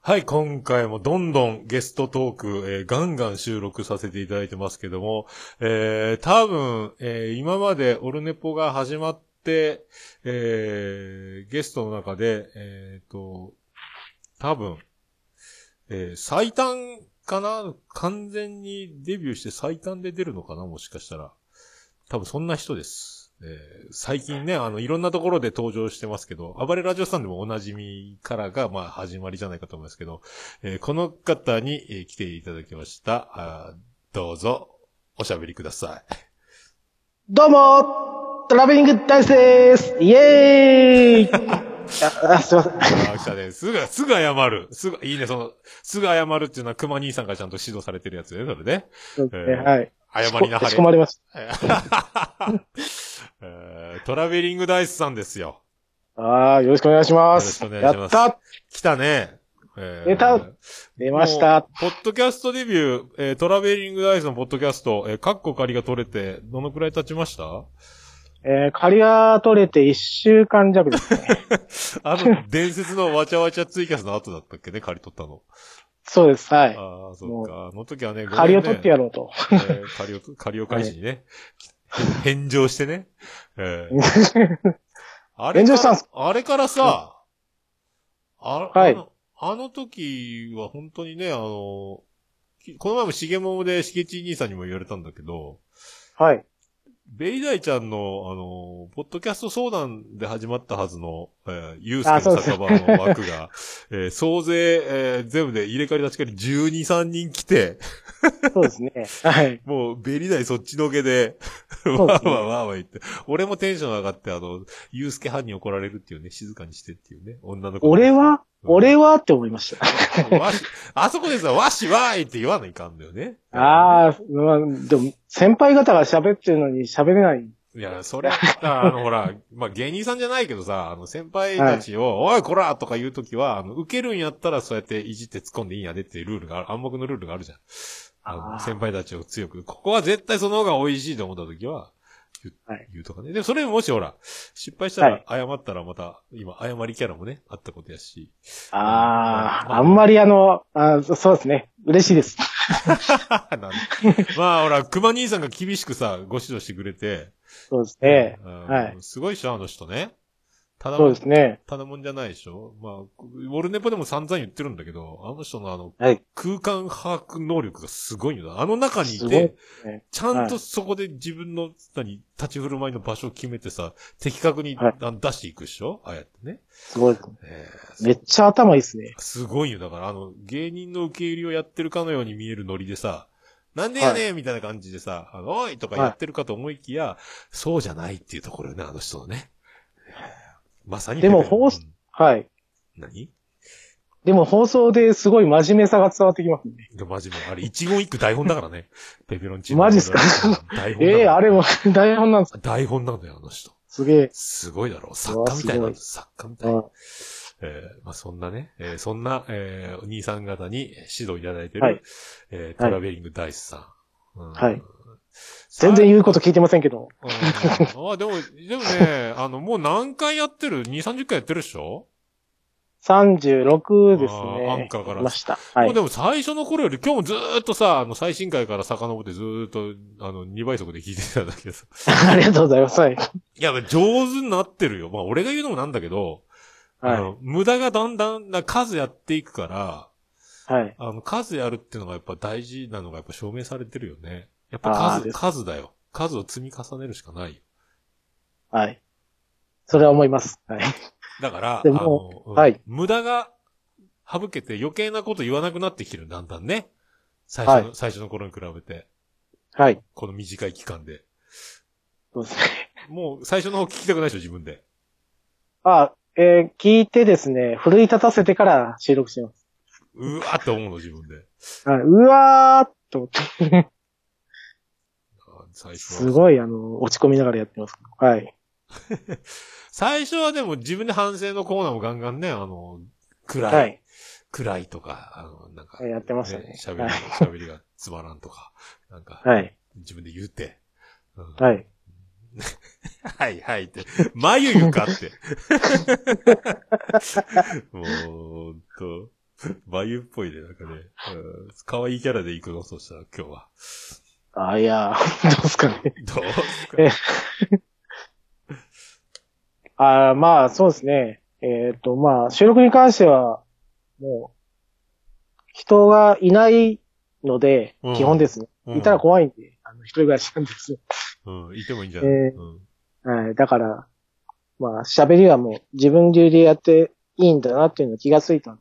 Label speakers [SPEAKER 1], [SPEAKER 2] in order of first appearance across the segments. [SPEAKER 1] はい、今回もどんどんゲストトーク、えーガンガン収録させていただいてますけども、えー、多分、えー今までオルネポが始まって、えー、ゲストの中で、えー、と、多分、えー、最短かな完全にデビューして最短で出るのかなもしかしたら。多分そんな人です。えー最近ね、あの、いろんなところで登場してますけど、暴れラジオさんでもおなじみからが、まあ、始まりじゃないかと思いますけど、えーこの方に、えー来ていただきました。あーどうぞ、おしゃべりください。
[SPEAKER 2] どうもトラベリング大好きです イェーイああ、すいま
[SPEAKER 1] あ
[SPEAKER 2] せん。
[SPEAKER 1] ー来たね。すぐ、すぐ謝る。すぐ、いいね、その、すぐ謝るっていうのは、熊兄さんがちゃんと指導されてるやつね、それね。
[SPEAKER 2] そうですね
[SPEAKER 1] えー
[SPEAKER 2] はい。
[SPEAKER 1] 謝りなは
[SPEAKER 2] か
[SPEAKER 1] れ
[SPEAKER 2] しこ。まりまし
[SPEAKER 1] えートラベリングダイスさんですよ。
[SPEAKER 2] た。ああ、よろしくお願いします。
[SPEAKER 1] よろしくお願いします
[SPEAKER 2] やった
[SPEAKER 1] 来たね。え
[SPEAKER 2] 出た出ました。。
[SPEAKER 1] ポッドキャストデビュー、えートラベリングダイスのポッドキャスト、えー、カッコ仮が取れて、どのくらい経ちましたあ
[SPEAKER 2] えー、借りが取れて一週間弱ですね。
[SPEAKER 1] の、伝説のわちゃわちゃツイキャスの後だったっけね、仮取ったの。
[SPEAKER 2] そうです、はい。
[SPEAKER 1] ああ、そっか。あの時はね、
[SPEAKER 2] 借りを取ってやろうと。
[SPEAKER 1] ごめんね。えー仮を、 仮を返しにね。返上してね。えーあれから
[SPEAKER 2] 返上したんです
[SPEAKER 1] あれからさ、あ
[SPEAKER 2] はい
[SPEAKER 1] あのあの時は本当にね、あの、きこの前もしげももでしげち兄さんにも言われたんだけど、
[SPEAKER 2] はい。
[SPEAKER 1] ベイダイちゃんの、あの、ポッドキャスト相談で始まったはずの、えー、ユー
[SPEAKER 2] あ
[SPEAKER 1] スケ
[SPEAKER 2] そう
[SPEAKER 1] の
[SPEAKER 2] です
[SPEAKER 1] 酒場の枠が、えー総勢、えー全部で入れ替わり立ち替わり12、3人来て、
[SPEAKER 2] そうですね。はい。
[SPEAKER 1] もうベリダイそっちのけで、
[SPEAKER 2] うで
[SPEAKER 1] わ
[SPEAKER 2] す
[SPEAKER 1] ー
[SPEAKER 2] ね
[SPEAKER 1] わーわーわー言って、俺もテンション上がって、あの、ユースケ犯人怒られるっていうね、静かにしてっていうね、女の子。
[SPEAKER 2] 俺は、
[SPEAKER 1] うん
[SPEAKER 2] 俺はって思いました。
[SPEAKER 1] わし、あそこでさ、わしわーいって言わないかんだよね。
[SPEAKER 2] ああ、まあ、でも、先輩方が喋ってるのに喋れない。
[SPEAKER 1] いや、それ、あ の、ほら、まあ、芸人さんじゃないけどさ、あの、先輩たちを、おい、こらとか言うときは、あの、受けるんやったら、そうやっていじって突っ込んでいいんやでっていうルールがある、暗黙のルールがあるじゃん。あの、
[SPEAKER 2] あー
[SPEAKER 1] 先輩たちを強く、ここは絶対その方が美味しいと思ったときは、言う,、
[SPEAKER 2] はい
[SPEAKER 1] とかね。で、それもしほら、失敗した
[SPEAKER 2] は
[SPEAKER 1] ら
[SPEAKER 2] い、
[SPEAKER 1] 謝ったらまた、今、謝りキャラもね、あったことやし。
[SPEAKER 2] あ
[SPEAKER 1] まあ
[SPEAKER 2] あ、あんまりあの、あそそうですね。嬉しいです。
[SPEAKER 1] なんで まあ、ほら、熊兄さんが厳しくさ、ご指導してくれて、
[SPEAKER 2] そうですね。
[SPEAKER 1] うん
[SPEAKER 2] はい
[SPEAKER 1] すごいっしょ、あの人ね。ただ
[SPEAKER 2] そうですね。
[SPEAKER 1] ただもんじゃないでしょまあ、ウォルネポでも散々言ってるんだけど、あの人のあの、
[SPEAKER 2] はい。
[SPEAKER 1] 空間把握能力がすごいよな。あの中にい
[SPEAKER 2] すごい
[SPEAKER 1] て、
[SPEAKER 2] ね
[SPEAKER 1] ちゃんとそこで自分の、何、立ち振る舞いの場所を決めてさ、的確に、
[SPEAKER 2] はい
[SPEAKER 1] あの出していくでしょああやってね。
[SPEAKER 2] すごいですね。
[SPEAKER 1] ええ
[SPEAKER 2] めっちゃ頭いいですね。
[SPEAKER 1] すごいよ。だから、あの、芸人の受け入れをやってるかのように見えるノリでさ、なんでやねんみたいな感じでさ、あの、おいとかやってるかと思いきや、そうじゃないっていうところよね、あの人のね。まさに。
[SPEAKER 2] でも放送
[SPEAKER 1] うん
[SPEAKER 2] はい。
[SPEAKER 1] 何
[SPEAKER 2] でも放送ですごい真面目さが伝わってきますね。
[SPEAKER 1] でマジも、あれ、一言一句台本だから ね。ペペロンチーノ。
[SPEAKER 2] マジっすか
[SPEAKER 1] うん台本だから
[SPEAKER 2] ええあれも台本なんですか
[SPEAKER 1] 台本なんだよ、あの人。
[SPEAKER 2] すげえ。
[SPEAKER 1] すごいだろう。作家みたいな
[SPEAKER 2] うわすごい
[SPEAKER 1] んだ。作家みたい
[SPEAKER 2] うん
[SPEAKER 1] な。えーまあそんなね、えーそんな、えーお兄さん方に指導いただいてる、
[SPEAKER 2] はい
[SPEAKER 1] えートラベリングダイスさん。うん
[SPEAKER 2] はい。全然言うこと聞いてませんけど。
[SPEAKER 1] うんあ、でも、でもね、 あの、もう何回やってる ?2、30回やってるでしょ、
[SPEAKER 2] 36です
[SPEAKER 1] あー
[SPEAKER 2] ね。
[SPEAKER 1] アンカーから
[SPEAKER 2] いました。は
[SPEAKER 1] もう
[SPEAKER 2] い
[SPEAKER 1] で。も最初の頃より、今日もずーっとさ、あの、最新回から遡ってずーっと、あの、2倍速で聞いてたんだけどさ。
[SPEAKER 2] ありがとうございます。はい。
[SPEAKER 1] いや、上手になってるよ。まあ、俺が言うのもなんだけど、あ
[SPEAKER 2] は
[SPEAKER 1] の無駄がだんだんな数やっていくから、
[SPEAKER 2] い。はい。
[SPEAKER 1] あの、数やるっていうのがやっぱ大事なのがやっぱ証明されてるよね。やっ
[SPEAKER 2] あ
[SPEAKER 1] ぱ
[SPEAKER 2] ー
[SPEAKER 1] 数、
[SPEAKER 2] です
[SPEAKER 1] 数だよ。数を積み重ねるしかないよ。
[SPEAKER 2] はい。それは思います。はい。
[SPEAKER 1] だから、
[SPEAKER 2] でも
[SPEAKER 1] あのうん
[SPEAKER 2] はい
[SPEAKER 1] 無駄が省けて余計なこと言わなくなってきてる、だんだんね。最初の、
[SPEAKER 2] は
[SPEAKER 1] 最初の頃に比べて、
[SPEAKER 2] はい。
[SPEAKER 1] この短い期間で。
[SPEAKER 2] そうですね。
[SPEAKER 1] もう最初の方聞きたくないでしょ、自分で。
[SPEAKER 2] あーえー聞いてですね、奮い立たせてから収録しま
[SPEAKER 1] うわーって思うの、自分で。
[SPEAKER 2] す。はいうわーっと思っ
[SPEAKER 1] あ
[SPEAKER 2] て、
[SPEAKER 1] ー最初は
[SPEAKER 2] すごい、あの、落ち込みながらやってます。はい。
[SPEAKER 1] 最初はでも自分で反省のコーナーもガンガンね、あの、暗い、
[SPEAKER 2] はい。
[SPEAKER 1] 暗いとか、あの、なんか、
[SPEAKER 2] やってましたね
[SPEAKER 1] 喋、
[SPEAKER 2] はい
[SPEAKER 1] り、喋りがつまらんとか、なんか、
[SPEAKER 2] はい。
[SPEAKER 1] 自分で言って、うん
[SPEAKER 2] はい。
[SPEAKER 1] はいはいって、 眉ゆかって。もう、ほんと。バユっぽいね、なんかね。うん可愛いキャラで行くの、そしたら今日は。
[SPEAKER 2] あ、いや、 どうですかね。
[SPEAKER 1] どうすか
[SPEAKER 2] えあーまあ、そうですね。えっ、と、まあ、収録に関しては、もう、人がいないので
[SPEAKER 1] うん、
[SPEAKER 2] 基本ですね。
[SPEAKER 1] うん
[SPEAKER 2] いたら怖いんで、あの、一人暮らしなんですよ。
[SPEAKER 1] うん、いてもいいんじゃない、
[SPEAKER 2] えー
[SPEAKER 1] うん
[SPEAKER 2] はい。だから、まあ、喋りはもう自分流でやっていいんだなっていうのに気がついたん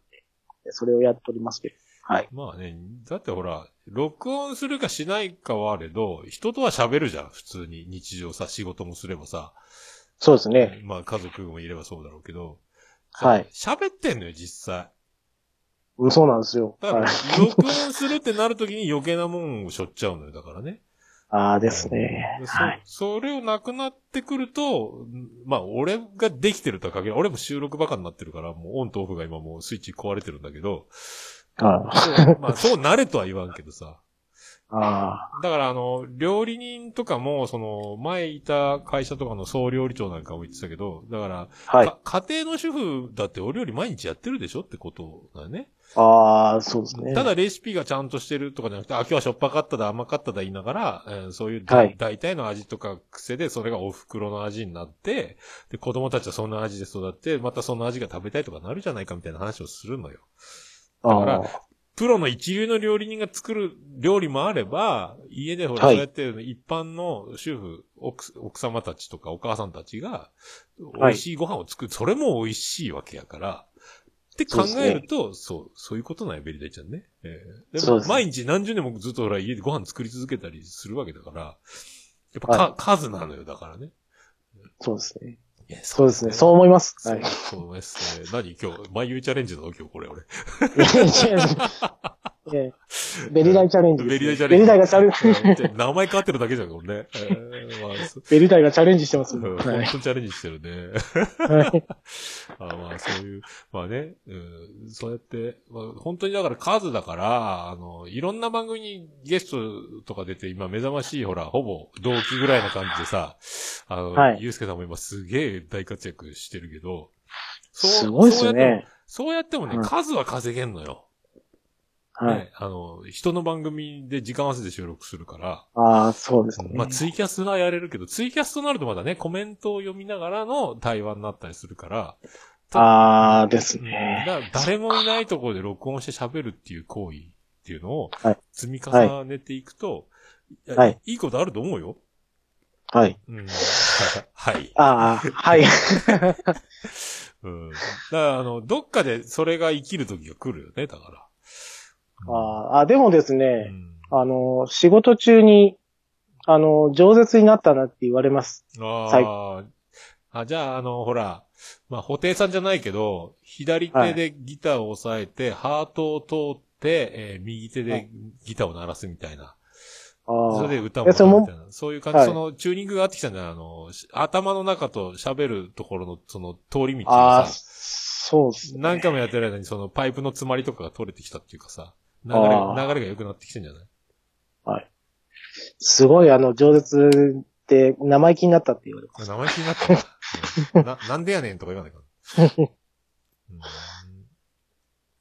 [SPEAKER 2] で、それをやっておりますけど。はい。
[SPEAKER 1] まあね、だってほら、録音するかしないかはあれど、人とは喋るじゃん、普通に。日常さ、仕事もすればさ。
[SPEAKER 2] そうですね。
[SPEAKER 1] まあ家族もいればそうだろうけど。
[SPEAKER 2] はい。
[SPEAKER 1] 喋ってんのよ、実際。
[SPEAKER 2] うんそうなんですよ。
[SPEAKER 1] だから
[SPEAKER 2] はい、
[SPEAKER 1] 録音するってなるときに余計なもんをしょっちゃうのよ、だからね。
[SPEAKER 2] ああですね。
[SPEAKER 1] そ
[SPEAKER 2] はい。
[SPEAKER 1] それをなくなってくると、まあ、俺ができてるとは限らない。俺も収録バカになってるから、もうオンとオフが今もうスイッチ壊れてるんだけ ど、
[SPEAKER 2] あ
[SPEAKER 1] そうまあ、そうなれとは言わんけどさ。
[SPEAKER 2] あ
[SPEAKER 1] だから、あの、料理人とかも、その、前いた会社とかの総料理長なんかも言ってたけど、だから、
[SPEAKER 2] ー。はい。
[SPEAKER 1] か家庭の主婦だってお料理毎日やってるでしょってことだよね。
[SPEAKER 2] ああ、そうですね。
[SPEAKER 1] ただレシピがちゃんとしてるとかじゃなくて、あ、今日はしょっぱかっただ、甘かっただ言いながら、えーそういうだ、
[SPEAKER 2] はい
[SPEAKER 1] 大体の味とか癖で、それがお袋の味になって、で、子供たちはそんな味で育って、またその味が食べたいとかなるじゃないかみたいな話をするのよ。だから
[SPEAKER 2] あー
[SPEAKER 1] プロの一流の料理人が作る料理もあれば、家でほら、
[SPEAKER 2] は
[SPEAKER 1] そ
[SPEAKER 2] いう
[SPEAKER 1] やって一般の主婦、奥す奥様たちとかお母さんたちが、美
[SPEAKER 2] い
[SPEAKER 1] 味しいご飯を作る、それも美味しいわけやから、って考えると、そう、そういうことなんや、ベリダイちゃんね。ええで
[SPEAKER 2] そう
[SPEAKER 1] も
[SPEAKER 2] です
[SPEAKER 1] 毎日何十年もずっとほら、家でご飯作り続けたりするわけだから、やっぱか、
[SPEAKER 2] は
[SPEAKER 1] 数なのよ、だからね。
[SPEAKER 2] そうですね。
[SPEAKER 1] いや
[SPEAKER 2] そうですね。そう思います。
[SPEAKER 1] そ
[SPEAKER 2] は
[SPEAKER 1] う
[SPEAKER 2] い。
[SPEAKER 1] そうですね。何今日、眉チャレンジなの今日これ、俺。
[SPEAKER 2] いやいやベリダイチャレンジです
[SPEAKER 1] ベ
[SPEAKER 2] ね。
[SPEAKER 1] リダイチャレンジ
[SPEAKER 2] ベリダイがチャレンジ。
[SPEAKER 1] うん名前変わってるだけじゃん、これ ね。えーまあそ
[SPEAKER 2] ベリダイがチャレンジしてます
[SPEAKER 1] う
[SPEAKER 2] ね。
[SPEAKER 1] ん
[SPEAKER 2] は
[SPEAKER 1] 本
[SPEAKER 2] い。
[SPEAKER 1] 当にチャレンジしてるね。
[SPEAKER 2] はい
[SPEAKER 1] あまあそういう、まあね、うん、そうやって、まあ、本当にだから数だから、あの、いろんな番組にゲストとか出て、今目覚ましいほら、ほぼ同期ぐらいな感じでさ、あの、
[SPEAKER 2] はい
[SPEAKER 1] ゆうすけさんも今すげえ大活躍してるけど、そう
[SPEAKER 2] すごいですよ。ね。
[SPEAKER 1] そうやってもそうやってもね、
[SPEAKER 2] うん
[SPEAKER 1] 数は稼げんのよ。
[SPEAKER 2] はい。
[SPEAKER 1] ねあの、人の番組で時間合わせて収録するから、
[SPEAKER 2] ああ、そうですね。
[SPEAKER 1] まあ、ツイキャスはやれるけど、ツイキャスとなるとまだね、コメントを読みながらの対話になったりするから、
[SPEAKER 2] ああです
[SPEAKER 1] うん
[SPEAKER 2] ね。
[SPEAKER 1] だから誰もいないところで録音して喋るっていう行為っていうのを
[SPEAKER 2] はい、
[SPEAKER 1] 積み重ねていくと、いや
[SPEAKER 2] はい
[SPEAKER 1] い、いことあると思うよ。
[SPEAKER 2] はい。
[SPEAKER 1] うん。はい。
[SPEAKER 2] ああ、はい。
[SPEAKER 1] うん。だから、あの、どっかでそれが生きる時が来るよね、だから。
[SPEAKER 2] あーあ、でもです
[SPEAKER 1] う
[SPEAKER 2] ね、
[SPEAKER 1] ん
[SPEAKER 2] あの、仕事中に、あの、饒舌になったなって言われます。最
[SPEAKER 1] ああ。あ、じゃあ、あの、ほら、まあ、布袋さんじゃないけど、左手でギターを押さえて、ハートを通って、えー右手
[SPEAKER 2] は
[SPEAKER 1] で
[SPEAKER 2] い
[SPEAKER 1] ギターを鳴らすみたいな。
[SPEAKER 2] ああ。
[SPEAKER 1] それで歌も
[SPEAKER 2] えそれも
[SPEAKER 1] みたいな。そういう感じ、
[SPEAKER 2] はい
[SPEAKER 1] その、チューニングが合ってきたんじゃないあの、し頭の中と喋るところの、その、通り道
[SPEAKER 2] ああ
[SPEAKER 1] が
[SPEAKER 2] ー
[SPEAKER 1] さ、、
[SPEAKER 2] そうですね。
[SPEAKER 1] 何回もやってる間に、その、パイプの詰まりとかが取れてきたっていうかさ、流れ、
[SPEAKER 2] あー
[SPEAKER 1] 流れが良くなってきてんじゃない
[SPEAKER 2] すごい、あの、饒舌で生意気になったって言われます。
[SPEAKER 1] 生意気になったなうんな。なんでやねんとか言わないかな。う ん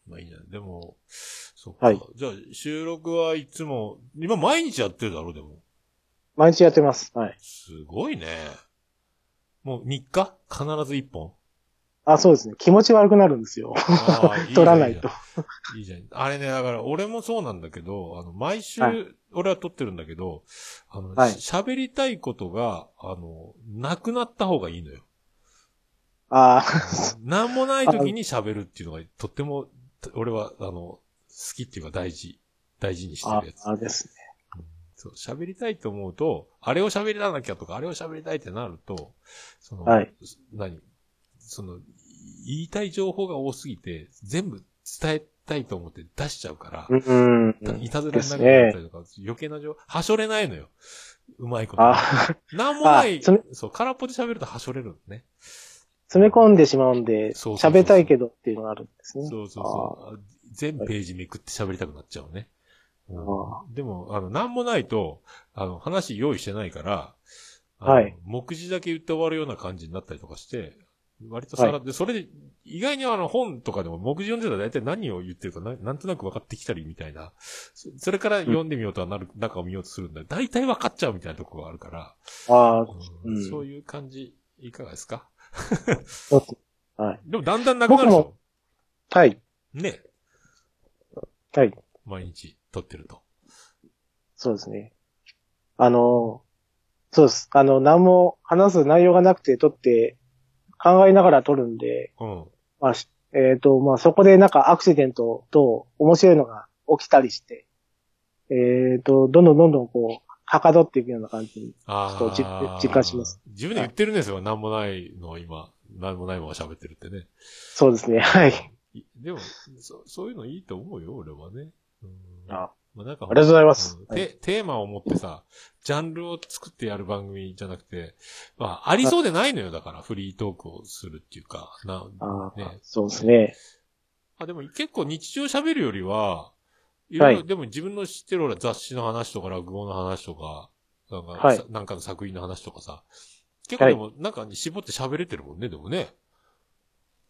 [SPEAKER 1] まあいいじゃん。でも、そっか。
[SPEAKER 2] はい
[SPEAKER 1] じゃあ、収録はいつも、今毎日やってるだろ、でも。
[SPEAKER 2] 毎日やってます。はい。
[SPEAKER 1] すごいね。もう3日必ず1本。
[SPEAKER 2] あ、そうですね。気持ち悪くなるんですよ。
[SPEAKER 1] ああいいじゃん
[SPEAKER 2] 取らないと。
[SPEAKER 1] いいじゃん。いいじゃんあれね、だから俺もそうなんだけど、あの、毎週
[SPEAKER 2] はい、
[SPEAKER 1] 俺は撮ってるんだけど、あの、
[SPEAKER 2] はい
[SPEAKER 1] 喋、りたいことが、あの、なくなった方がいいのよ。
[SPEAKER 2] あ
[SPEAKER 1] なんもない時に喋るっていうのが、とっても、俺は、あの、好きっていうか大事、大事にし
[SPEAKER 2] あ、
[SPEAKER 1] て
[SPEAKER 2] あ
[SPEAKER 1] るやつ。
[SPEAKER 2] あですね。
[SPEAKER 1] そう、喋りたいと思うと、あれを喋らなきゃとか、あれを喋りたいってなると、その、
[SPEAKER 2] はい
[SPEAKER 1] 何その、言いたい情報が多すぎて、全部伝えたいと思って出しちゃうから、
[SPEAKER 2] うん。
[SPEAKER 1] いたずらになるようになったりとか、余計な情報、はしょれないのよ。うまいこと。
[SPEAKER 2] あ、
[SPEAKER 1] なんもない
[SPEAKER 2] あそれ、
[SPEAKER 1] そう、空っぽで喋るとはしょれるのね。
[SPEAKER 2] 詰め込んでしまうんで、
[SPEAKER 1] そうそうそう
[SPEAKER 2] 喋りたいけどっていうのがあるんですね。
[SPEAKER 1] そうそうそう。全ページめくって喋りたくなっちゃうね。うん
[SPEAKER 2] あ
[SPEAKER 1] でも、あの、なんもないと、あの、話用意してないから、あの
[SPEAKER 2] はい。
[SPEAKER 1] 目次だけ言って終わるような感じになったりとかして、割とさらって、それで、意外にあの本とかでも目次読んでたら大体何を言ってるかななんとなく分かってきたりみたいな。そそれから読んでみようとはなる、中を見ようとするんだけど大体分かっちゃうみたいなところがあるから、
[SPEAKER 2] ああ、
[SPEAKER 1] うん
[SPEAKER 2] うん
[SPEAKER 1] そういう感じ、いかがですか
[SPEAKER 2] そうっすはい。
[SPEAKER 1] でもだんだんなくなるでしょ
[SPEAKER 2] はい。
[SPEAKER 1] ね。
[SPEAKER 2] はい。
[SPEAKER 1] 毎日撮ってると。
[SPEAKER 2] そうですね。あの、そうです。あの、何も話す内容がなくて撮って、考えながら撮るんで、
[SPEAKER 1] うん。
[SPEAKER 2] まあ、しえっ、と、まあ、そこでなんかアクシデントと面白いのが起きたりして、えっ、と、どんどんどんどんこう、はかどっていくような感じに。
[SPEAKER 1] あ
[SPEAKER 2] ちょっとじ実感します。
[SPEAKER 1] 自分で言ってるんですよ。なんもないのを今、なんもないまま喋ってるってね。
[SPEAKER 2] そうですね。はい。
[SPEAKER 1] いでも、そそういうのいいと思うよ、俺はね。うん
[SPEAKER 2] あ
[SPEAKER 1] まあ、なんか
[SPEAKER 2] ありがとうございます
[SPEAKER 1] うん。
[SPEAKER 2] はい
[SPEAKER 1] テテーマを持ってさ、ジャンルを作ってやる番組じゃなくて、まあ、ありそうでないのよ、だから、フリートークをするっていうか、な、
[SPEAKER 2] あ
[SPEAKER 1] ね
[SPEAKER 2] そうですね。
[SPEAKER 1] あ、でも結構日常喋るよりは、いろいろ、
[SPEAKER 2] はい
[SPEAKER 1] でも自分の知ってる俺は雑誌の話とか落語の話とか、なんか、
[SPEAKER 2] はい
[SPEAKER 1] さなんかの作品の話とかさ、結構でも、なんかに絞って喋れてるもんね、でもね。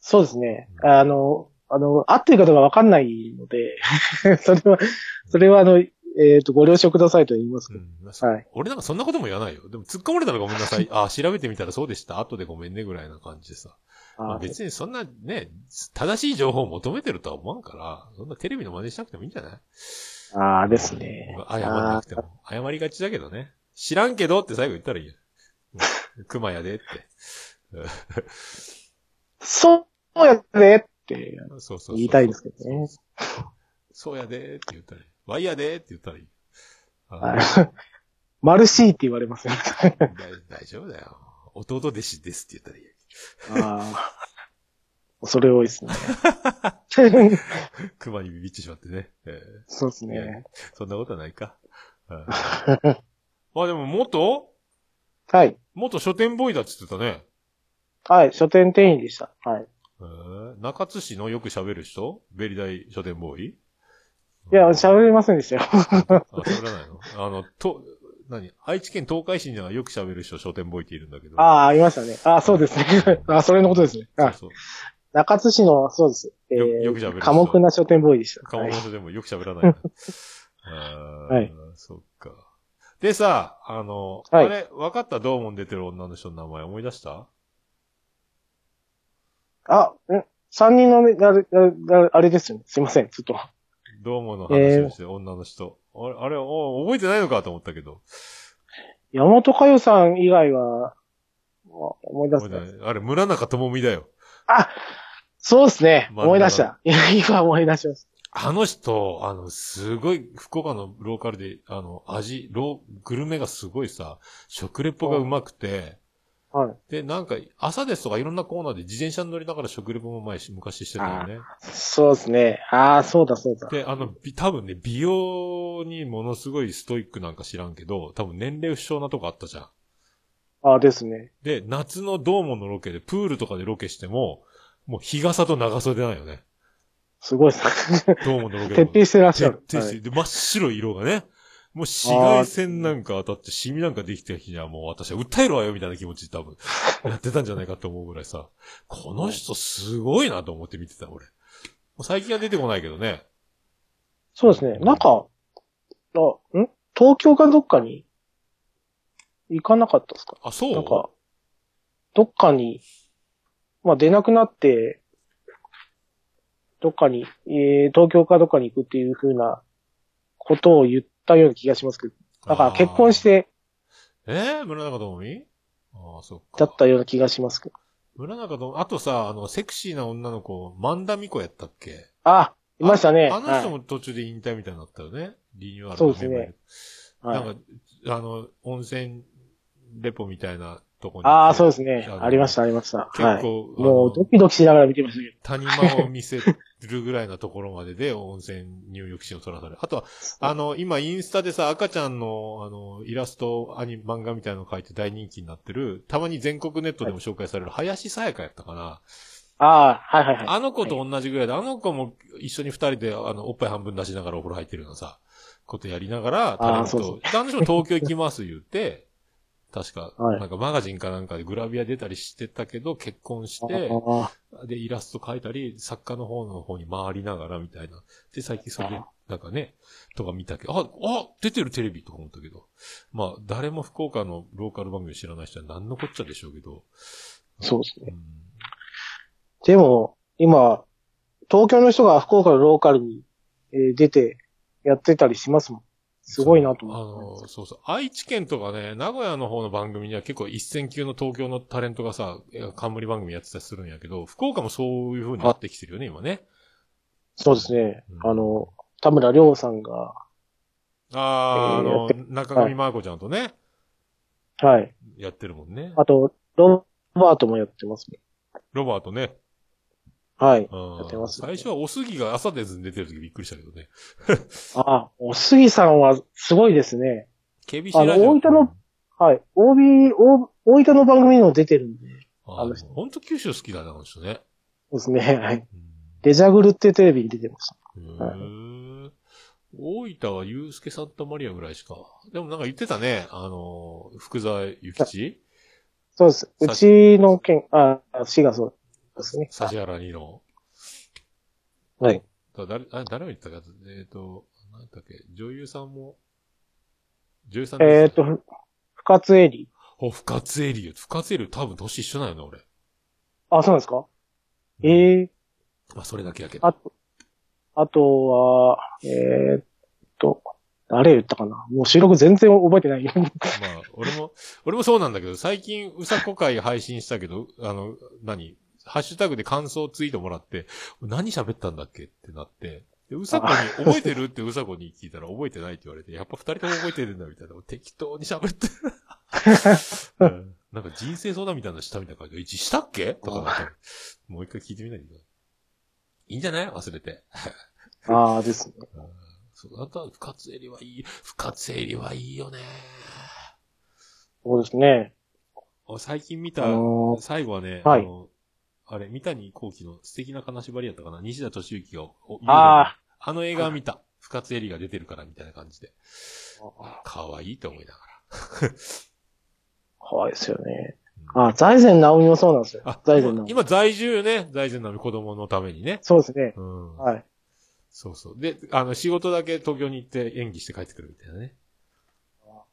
[SPEAKER 2] そうですね。
[SPEAKER 1] うん
[SPEAKER 2] あの、あの、合ってるかどうかわかんないので、 それは、それはあの、えっ、と、ご了承くださいと言いますけ
[SPEAKER 1] う
[SPEAKER 2] ど。
[SPEAKER 1] ん。
[SPEAKER 2] はい。
[SPEAKER 1] 俺なんかそんなことも言わないよ。でも突っ込まれたらごめんな さい。あ、調べてみたらそうでした。後でごめんね、ぐらいな感じでさ。まあ
[SPEAKER 2] あー
[SPEAKER 1] 別にそんなね、正しい情報を求めてるとは思わんから、そんなテレビの真似しなくてもいいんじゃない
[SPEAKER 2] あーですね。
[SPEAKER 1] 謝らなくても。謝りがちだけどね。知らんけどって最後言ったらいいよ。うん熊やでって。
[SPEAKER 2] そうやねって
[SPEAKER 1] そ うそうそう
[SPEAKER 2] 言いたいですけどね。
[SPEAKER 1] そうやでって言ったらいい。ワイやでって言ったらいい。
[SPEAKER 2] は
[SPEAKER 1] あ
[SPEAKER 2] いマルシーって言われますよ。
[SPEAKER 1] 大大丈夫だよ。弟弟子ですって言ったらいいよ。
[SPEAKER 2] ああ。 恐れ多いで すね。
[SPEAKER 1] 熊にビビってしまってね。えー
[SPEAKER 2] そうですね。
[SPEAKER 1] そんなことはないか。うん まあでも元
[SPEAKER 2] はい。
[SPEAKER 1] 元書店ボーイだって言ってたね。
[SPEAKER 2] はい。書店店員でした。はい。
[SPEAKER 1] えー中津市のよく喋る人ベリダイ書店ボーイ
[SPEAKER 2] いや、喋れませんでしたよ。
[SPEAKER 1] あ、喋らないのあの、と、何愛知県東海市にはよく喋る人書店ボーイっているんだけど。
[SPEAKER 2] ああ、ありましたね。ああ、そうですね。 ああ、それのことですね。
[SPEAKER 1] そ
[SPEAKER 2] あ
[SPEAKER 1] うそう。
[SPEAKER 2] 中津市の、そうです。え
[SPEAKER 1] よよく喋る
[SPEAKER 2] ー、寡黙な書店ボーイでした。
[SPEAKER 1] カモ
[SPEAKER 2] は
[SPEAKER 1] の
[SPEAKER 2] い。
[SPEAKER 1] 人でもよく喋ら ないな。あー
[SPEAKER 2] はい。
[SPEAKER 1] そっか。でさ、あの、
[SPEAKER 2] はい
[SPEAKER 1] あれ、分かったどうもん出てる女の人の名前思い出した
[SPEAKER 2] あ、ん三人のね、あれ、あれあれですよね。すいません。ちょっと。
[SPEAKER 1] どうもの話をして、女の人。あれ、あれお覚えてないのかと思ったけど。
[SPEAKER 2] 山本かよさん以外は、まあ思い出
[SPEAKER 1] 覚
[SPEAKER 2] す
[SPEAKER 1] えてないあれ、村中智美だよ。
[SPEAKER 2] あ、そうですね。
[SPEAKER 1] 真ん中
[SPEAKER 2] 思い出した。いや今思い出しまし
[SPEAKER 1] あの人、あの、すごい、福岡のローカルで、あの、味、ロー、グルメがすごいさ、食レポがうまくて、
[SPEAKER 2] た。はい。
[SPEAKER 1] で、なんか、朝ですとかいろんなコーナーで自転車に乗りながら食レポも前し、昔してたよね。
[SPEAKER 2] そうですね。ああ、そうだそうだ。
[SPEAKER 1] で、あの、び多分ね、美容にものすごいストイックなんか知らんけど、多分年齢不詳なとこあったじゃん。
[SPEAKER 2] ああですね。
[SPEAKER 1] で、夏のドーモのロケで、プールとかでロケしても、もう日傘と長袖ないよね。
[SPEAKER 2] すごいですね。
[SPEAKER 1] ドーモのロケ
[SPEAKER 2] 徹
[SPEAKER 1] でも。
[SPEAKER 2] 底してらっしゃる。
[SPEAKER 1] 徹底して
[SPEAKER 2] はい
[SPEAKER 1] で、真っ白い色がね。もう紫外線なんか当たって、シミなんかできた日にはもう私は訴えるわよみたいな気持ちで多 分、やってたんじゃないかと思うぐらいさ、この人すごいなと思って見てた、俺。もう最近は出てこないけどね。
[SPEAKER 2] そうですね。なんか、あ、ん東京かどっかに行かなかったですか
[SPEAKER 1] あ、そう
[SPEAKER 2] なんか、どっかに、まあ出なくなって、どっかに、えー、東京かどっかに行くっていうふうなことを言ったような気がしますけど、だから結婚し。て
[SPEAKER 1] あーえー、村中智美ああ、そっか。
[SPEAKER 2] だったような気がしますけど。
[SPEAKER 1] 村中智美、あとさ、あの、セクシーな女の子、万田美子やったっけ
[SPEAKER 2] あ、いましたね。
[SPEAKER 1] あの人
[SPEAKER 2] はい
[SPEAKER 1] も途中で引退みたいになったよね。リニューアル
[SPEAKER 2] そうですね
[SPEAKER 1] の辺まで。な
[SPEAKER 2] はい
[SPEAKER 1] んか、あの、温泉レポみたいなとこに。
[SPEAKER 2] ああ、そうですね
[SPEAKER 1] あ。の
[SPEAKER 2] ありました、ありました。は
[SPEAKER 1] 結
[SPEAKER 2] い。
[SPEAKER 1] 構、あの
[SPEAKER 2] もうドキドキしながら見てましたけど。
[SPEAKER 1] 谷間を見せるぐらいなところまでで温泉入浴シーンを撮らされる。あとは、あの、今インスタでさ、赤ちゃんの、あの、イラスト、アニメ、漫画みたいなの書いて大人気になってる、たまに全国ネットでも紹介される、林さやかやったかな。
[SPEAKER 2] ああ、はいはいはい。
[SPEAKER 1] あの子と同じぐらいで、あの子も一緒に二人で、あの、おっぱい半分出しながらお風呂入ってるようなさ、ことやりながら、
[SPEAKER 2] あ
[SPEAKER 1] タレ
[SPEAKER 2] ー
[SPEAKER 1] ン
[SPEAKER 2] そうそ
[SPEAKER 1] ト、男女東京行きます言うて、確か、
[SPEAKER 2] はい
[SPEAKER 1] なんかマガジンかなんかでグラビア出たりしてたけど、結婚して、
[SPEAKER 2] ああ
[SPEAKER 1] で、イラスト描いたり、作家の方の方に回りながらみたいな。で、最近それ
[SPEAKER 2] あ、
[SPEAKER 1] なんかね、とか見たけど、あ、あ、出てるテレビとか思ったけど。まあ、誰も福岡のローカル番組知らない人は何のこっちゃでしょうけど。
[SPEAKER 2] そうです
[SPEAKER 1] う
[SPEAKER 2] ね。
[SPEAKER 1] ん。
[SPEAKER 2] でも、今、東京の人が福岡のローカルに、えー出てやってたりしますもん。すごいなと思っ
[SPEAKER 1] あ
[SPEAKER 2] て。
[SPEAKER 1] の、そうそう。愛知県とかね、名古屋の方の番組には結構一線級の東京のタレントがさ、え冠番組やってたりするんやけど、福岡もそういう風になってきてるよね、今ね。
[SPEAKER 2] そうですね
[SPEAKER 1] う。ん
[SPEAKER 2] あの、田村亮さんが、
[SPEAKER 1] ああ、あ
[SPEAKER 2] えーや
[SPEAKER 1] の
[SPEAKER 2] って、
[SPEAKER 1] 中上真亜子ちゃんとね、
[SPEAKER 2] はい。
[SPEAKER 1] やってるもんね。
[SPEAKER 2] あと、ロバートもやってますね。
[SPEAKER 1] ロバートね。
[SPEAKER 2] はい。
[SPEAKER 1] うん
[SPEAKER 2] やってますね
[SPEAKER 1] 最初はおすぎが朝ですに出てる時びっくりしたけどね。
[SPEAKER 2] あ、おすぎさんはすごいですね。
[SPEAKER 1] KBC
[SPEAKER 2] あの
[SPEAKER 1] ラジオ。
[SPEAKER 2] 大分の、はい。OB、お大分の番組にも出てるんで。
[SPEAKER 1] あ
[SPEAKER 2] あ
[SPEAKER 1] の
[SPEAKER 2] の
[SPEAKER 1] 人
[SPEAKER 2] 人。
[SPEAKER 1] ほんと九州好きだな、あの人ね。
[SPEAKER 2] そうですね。はい。
[SPEAKER 1] うん
[SPEAKER 2] デジャグルっていうテレビに出てました。
[SPEAKER 1] へー
[SPEAKER 2] は
[SPEAKER 1] 大分はユースケ・サンタマリアぐらいしか。でもなんか言ってたね。あの、福沢諭吉
[SPEAKER 2] そうです。うちの県、あ、市がそうですね。
[SPEAKER 1] 指原二郎。
[SPEAKER 2] はい。
[SPEAKER 1] だ誰、あ誰も言ってたかえっ、と、なんだっけ、女優さんも、女優さん
[SPEAKER 2] えっ、
[SPEAKER 1] と
[SPEAKER 2] と、ふ深津絵里。
[SPEAKER 1] お、深津エリュ。深津エリュ多分年一緒なんよな、俺。
[SPEAKER 2] あ、そうなんですかええ
[SPEAKER 1] まあ、それだけやけど。
[SPEAKER 2] あと、あとは、えーっと、誰言ったかなもう収録全然覚えてないよ。
[SPEAKER 1] まあ、俺も、俺もそうなんだけど、最近、うさこ会配信したけど、あの、何ハッシュタグで感想ツイートもらって、何喋ったんだっけってなって、でうさこに、覚えてるってうさこに聞いたら覚えてないって言われて、やっぱ二人とも覚えてるんだみたいな、適当に喋って、うんなんか人生相談みたいなのしたみたいな感じで、一したっけとかなんか、もう一回聞いてみないといけない。いいんじゃない忘れて。
[SPEAKER 2] ああですね。
[SPEAKER 1] そう、あとは、深津絵里はいい、深津絵里はいいよね。
[SPEAKER 2] そうですね。
[SPEAKER 1] 俺最近見
[SPEAKER 2] あ
[SPEAKER 1] た、
[SPEAKER 2] のー
[SPEAKER 1] 最後はね、
[SPEAKER 2] はい
[SPEAKER 1] あの、あれ、三谷幸喜の素敵な金縛りやったかな西田敏行がお、
[SPEAKER 2] あ
[SPEAKER 1] あの映画を見た。深津絵里が出てるからみたいな感じで。可愛いと思いなが
[SPEAKER 2] かわいいですよね。
[SPEAKER 1] ら。
[SPEAKER 2] あ、財前直美もそうなんですよ。財前
[SPEAKER 1] 今
[SPEAKER 2] 直美。
[SPEAKER 1] 今在住よね。在住なの子供のためにね。
[SPEAKER 2] そうですね。
[SPEAKER 1] うん。
[SPEAKER 2] はい。
[SPEAKER 1] そうそう。で、あの、仕事だけ東京に行って演技して帰ってくるみたいなね。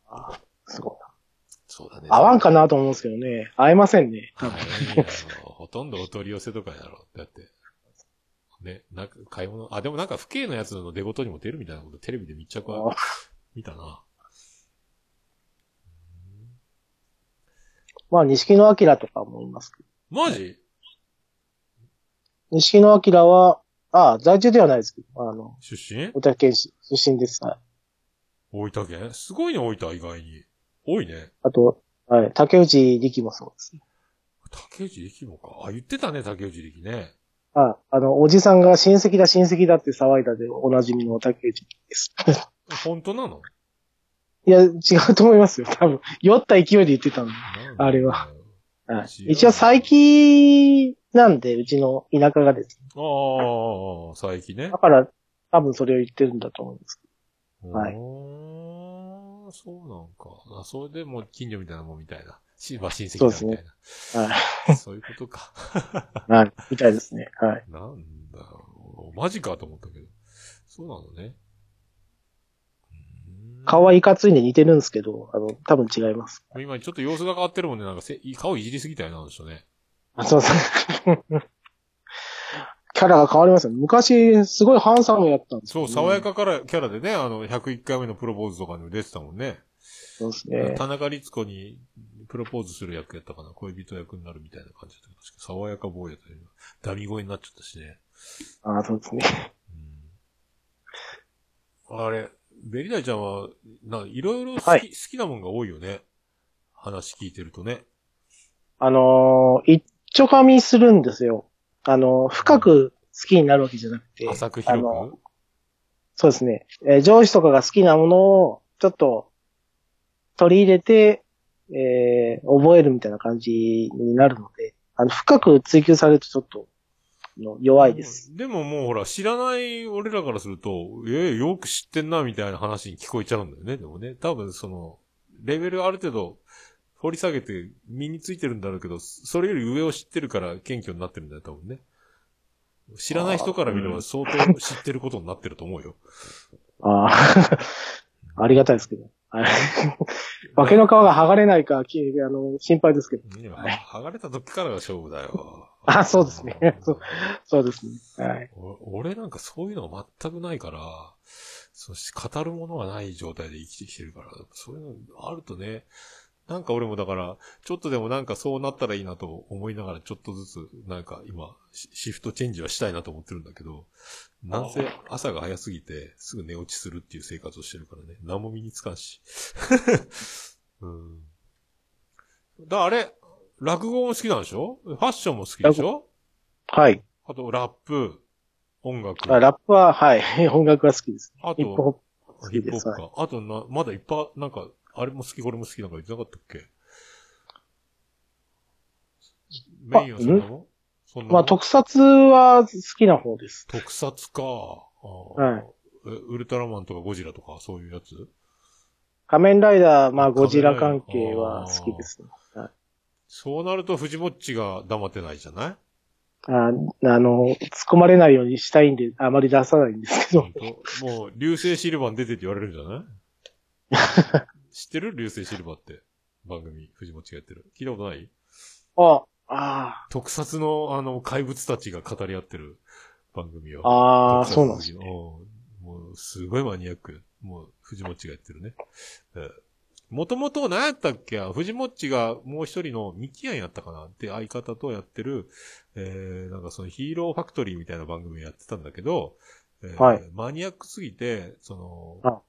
[SPEAKER 2] あすごい。
[SPEAKER 1] そうだね。
[SPEAKER 2] 合わんかなと思うんですけどね。会えませんね。
[SPEAKER 1] はいあのほとんどお取り寄せとかやろ。だって。ね、なんか買い物、あ、でもなんか父兄のやつの出事にも出るみたいなことテレビで密着は
[SPEAKER 2] あ
[SPEAKER 1] 見たな。
[SPEAKER 2] まあ、錦野明とかもいますけど。
[SPEAKER 1] マジ
[SPEAKER 2] 錦野明は、あ在住ではないですけど、あの、
[SPEAKER 1] 出身
[SPEAKER 2] 大分県市出身です。はい
[SPEAKER 1] 大分県すごいね、大分意外に。多いね。
[SPEAKER 2] あと、はい、竹内力もそうですね。
[SPEAKER 1] 竹内力もか。あ、言ってたね、竹内力ね。
[SPEAKER 2] あ、あの、おじさんが親戚だ親戚だって騒いだでおなじみの竹内力です。
[SPEAKER 1] 本当なの
[SPEAKER 2] いや、違うと思いますよ、多分。酔った勢いで言ってたの。あれは。はい、一応、最近なんで、うちの田舎がです。
[SPEAKER 1] ああ、佐伯ね
[SPEAKER 2] だ。から、多分それを言ってるんだと思い ます。はい
[SPEAKER 1] おーそうなんか。あ、それでもう近所みたいなもんみたいな。しまあ、親戚
[SPEAKER 2] そうで
[SPEAKER 1] だ
[SPEAKER 2] す
[SPEAKER 1] み
[SPEAKER 2] ね
[SPEAKER 1] たいな。
[SPEAKER 2] は
[SPEAKER 1] そう,、いうことか。
[SPEAKER 2] い。はい。みたいですね。はい。
[SPEAKER 1] なんだろう。マジかと思ったけど。そうなのね。うーん
[SPEAKER 2] 顔はいかついんで似てるんですけど、あの、多分違います。
[SPEAKER 1] 今ちょっと様子が変わってるもんね。なんかせ、顔いじりすぎたよなんでしょうね。
[SPEAKER 2] あ、そうそう。 キャラが変わりますよ。昔、すごいハンサムやったんです
[SPEAKER 1] そう、爽や。かからキャラでね、あの、101回目のプロポーズとかにも出てたもんね。
[SPEAKER 2] そうですね。
[SPEAKER 1] 田中律子にプロポーズする役やったかな。恋人役になるみたいな感じだったけど、確か爽やか坊やという。ダミ声になっちゃったしね。
[SPEAKER 2] あ、そうですね。
[SPEAKER 1] うん、あれ、ベリダイちゃんは、な、いろいろ好き、
[SPEAKER 2] はい
[SPEAKER 1] 好きなもんが多いよね。話聞いてるとね。
[SPEAKER 2] あのー、一丁噛みするんですよ。あのー、深く好きになるわけじゃなくて。
[SPEAKER 1] 浅く広
[SPEAKER 2] あの
[SPEAKER 1] く。
[SPEAKER 2] そうですね。えー上司とかが好きなものを、ちょっと、取り入れて、えー覚えるみたいな感じになるので、あの、深く追求されるとちょっと、あの弱いです。
[SPEAKER 1] うん。でももうほら、知らない俺らからすると、いやいや、よく知ってんな、みたいな話に聞こえちゃうんだよね。でもね、多分その、レベルある程度、掘り下げて身についてるんだろうけど、それより上を知ってるから謙虚になってるんだよ、多分ね。知らない人から見れ
[SPEAKER 3] あーう
[SPEAKER 1] ば
[SPEAKER 3] ん
[SPEAKER 1] 相当知ってることになってると思うよ。
[SPEAKER 2] ああ、ありがたいですけど。はい。化けの皮が剥がれないか、きあの、心配ですけど。
[SPEAKER 1] ねは剥がれた時からが勝負だよ。
[SPEAKER 2] あそうですねそうそうですね。はい。
[SPEAKER 1] お俺なんかそういうのが全くないから、そして語るものがない状態で生きてきてるから、そういうのあるとね、なんか俺もだから、ちょっとでもなんかそうなったらいいなと思いながら、ちょっとずつなんか今、シシフトチェンジはしたいなと思ってるんだけど、なんせ朝が早すぎて、すぐ寝落ちするっていう生活をしてるからね、何も身につかんし。 うん。だ、あれ、落語も好きなんでしょファッションも好きでしょ
[SPEAKER 2] はい。
[SPEAKER 1] あと、ラップ、音楽。
[SPEAKER 2] あラップは、はい。音楽は好きです。
[SPEAKER 1] あ
[SPEAKER 2] ヒップホッ
[SPEAKER 1] と、
[SPEAKER 2] プ好きです。
[SPEAKER 1] プ
[SPEAKER 2] はい
[SPEAKER 1] か。あとな、まだいっぱい、なんか、あれも好き、これも好きなんか言ってなかったっけメインはそんなのそんなの
[SPEAKER 2] まあ、特撮は好きな方です。
[SPEAKER 1] 特撮か。は
[SPEAKER 2] はい。
[SPEAKER 1] ウルトラマンとかゴジラとか、そういうやつ
[SPEAKER 2] 仮面ライダー、まあ、
[SPEAKER 1] 仮面ライダー
[SPEAKER 2] ゴジラ関係は好きですね。
[SPEAKER 1] そうなると、藤ぼっちが黙ってないじゃない
[SPEAKER 2] ああの、突っ込まれないようにしたいんで、あまり出さないんですけ ど
[SPEAKER 1] ほん。ともう、流星シルバーに出てって言われるんじゃない 知ってる流星シルバーって。番組、藤ぼっちがやってる。聞いたことない
[SPEAKER 2] あ、あ
[SPEAKER 1] 特撮の、あの、怪物たちが語り合ってる番組を
[SPEAKER 2] あ、。ああ、
[SPEAKER 1] 特撮
[SPEAKER 2] そうなん
[SPEAKER 1] 好
[SPEAKER 2] で
[SPEAKER 1] き
[SPEAKER 2] す
[SPEAKER 1] の
[SPEAKER 2] ね。
[SPEAKER 1] うんもう、すごいマニアック。もう、藤もっちがやってるね。もともと何やったっけ藤もっちがもう一人のミキアンやったかなって相方とやってる、えー、なんかそのヒーローファクトリーみたいな番組やってたんだけど、えー
[SPEAKER 2] はい
[SPEAKER 1] マニアックすぎて、そ
[SPEAKER 2] あ
[SPEAKER 1] の、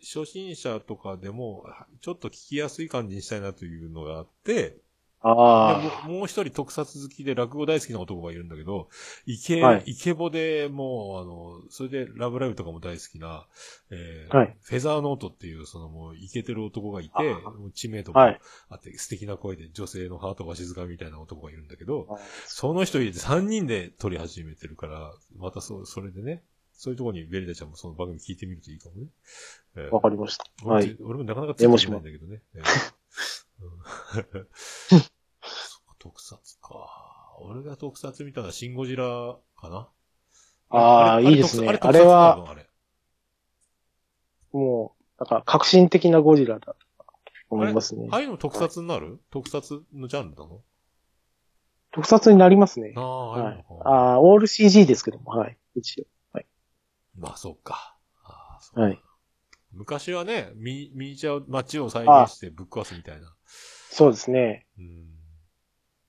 [SPEAKER 1] 初心者とかでも、ちょっと聞きやすい感じにしたいなというのがあって、で
[SPEAKER 2] あ
[SPEAKER 1] ももう一人特撮好きで落語大好きな男がいるんだけど、イケ、
[SPEAKER 2] はい
[SPEAKER 1] イケボでもう、あの、それでラブライブとかも大好きな、えー
[SPEAKER 2] はい
[SPEAKER 1] フェザーノートっていう、そのもう、イケてる男がい
[SPEAKER 2] あ
[SPEAKER 1] て、
[SPEAKER 2] ー
[SPEAKER 1] もう知名度も
[SPEAKER 2] あ、は
[SPEAKER 1] あ
[SPEAKER 2] い。
[SPEAKER 1] って、素敵な声で女性のハートが静かみたいな男がいるんだけど、その人入れて3人で撮り始めてるから、またそう、それでね、そういうところにベリダちゃんもその番組聞いてみるといいかもね。えー
[SPEAKER 2] わかりました。は
[SPEAKER 1] 俺
[SPEAKER 2] い。
[SPEAKER 1] 俺もなかなかついてこないんだけどね。ええうん そっか特撮か。俺が特撮見たのはシンゴジラかな。
[SPEAKER 2] あー
[SPEAKER 1] れ
[SPEAKER 2] いいですね
[SPEAKER 1] れ特撮
[SPEAKER 2] あれは
[SPEAKER 1] 特撮だな
[SPEAKER 2] もう、なんか革新的なゴジラだと思いますね
[SPEAKER 1] あれ。ああいうの特撮になる特撮のジャンルなの
[SPEAKER 2] 特撮になりますね
[SPEAKER 1] あ。あ、ああ
[SPEAKER 2] は
[SPEAKER 1] いうの
[SPEAKER 2] い
[SPEAKER 1] か。
[SPEAKER 2] ああ、オール CG ですけども、はい。一応。
[SPEAKER 1] まあ、そうか。ああそう
[SPEAKER 2] はい。
[SPEAKER 1] 昔はね、ミミニチュア街を再現してぶっ壊すみたいな。
[SPEAKER 2] そうですね。
[SPEAKER 1] うん。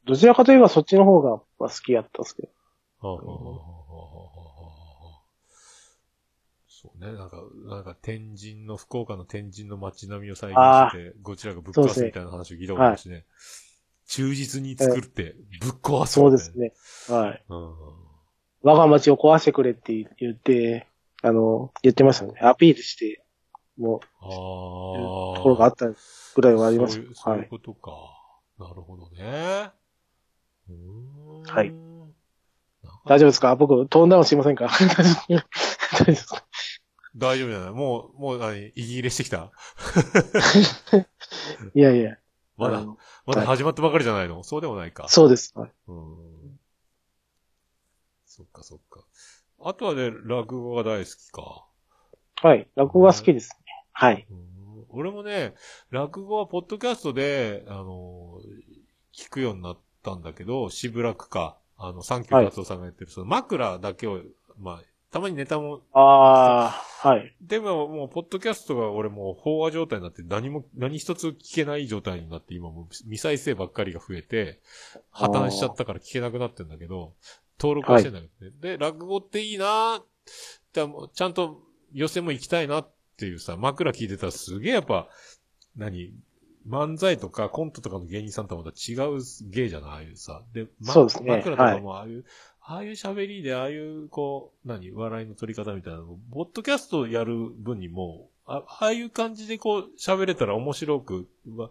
[SPEAKER 2] どちらかといえばそっちの方が僕は好きやったんですけど。
[SPEAKER 1] あああああああああそうね、なんか、なんか天神の、福岡の天神の街並みを再現してて、ゴジラがぶっ壊すみたいな話を聞いたことあるしね。忠実に作って、ぶっ壊す、
[SPEAKER 2] そうです。ね。はい。
[SPEAKER 1] うん。
[SPEAKER 2] 我が町を壊してくれって言って、あの、言ってましたね。アピールして、も
[SPEAKER 1] あ
[SPEAKER 2] う、
[SPEAKER 1] あ。
[SPEAKER 2] ところがあったぐらいはあります
[SPEAKER 1] そういう。そう
[SPEAKER 2] は
[SPEAKER 1] いう
[SPEAKER 2] い。
[SPEAKER 1] ことか。なるほどね。うーん。
[SPEAKER 2] はい
[SPEAKER 1] なんか。
[SPEAKER 2] 大丈夫ですか僕、トーンダウンしませんか 大丈夫大丈夫ですか
[SPEAKER 1] 大丈夫じゃないもう、もう何、息切れしてきた
[SPEAKER 2] いやいや。
[SPEAKER 1] まだ
[SPEAKER 2] あ、の
[SPEAKER 1] まだ始まったばかりじゃないのそうでもないか。
[SPEAKER 2] そうです。はい
[SPEAKER 1] うん。そっかそっか。あとはね、落語が大好きか。
[SPEAKER 2] はい。落語が好きですね。はい。
[SPEAKER 1] うん俺もね、落語はポッドキャストで、あのー、聞くようになったんだけど、渋楽か、あの、三九達夫さんがやってる、その枕だけを、まあ、たまにネタも、
[SPEAKER 2] ああ、はい。
[SPEAKER 1] でももう、ポッドキャストが俺もう飽和状態になって、何も、何一つ聞けない状態になって、今もう未再生ばっかりが増えて、破綻しちゃったから聞けなくなってんだけど、登録はしてんだけどね。で、落語っていいなじゃあもうちゃんと寄せも行きたいなっていうさ、枕聞いてたらすげえやっぱ、何漫才とかコントとかの芸人さんとはまた違う芸じゃないああいうさ。で、ま
[SPEAKER 2] そうですね
[SPEAKER 1] 枕とかもああいう、ああいう喋りで、ああいう、こう、何笑いの取り方みたいなの、ポッドキャストやる分にも、あああいう感じでこう、喋れたら面白く、ま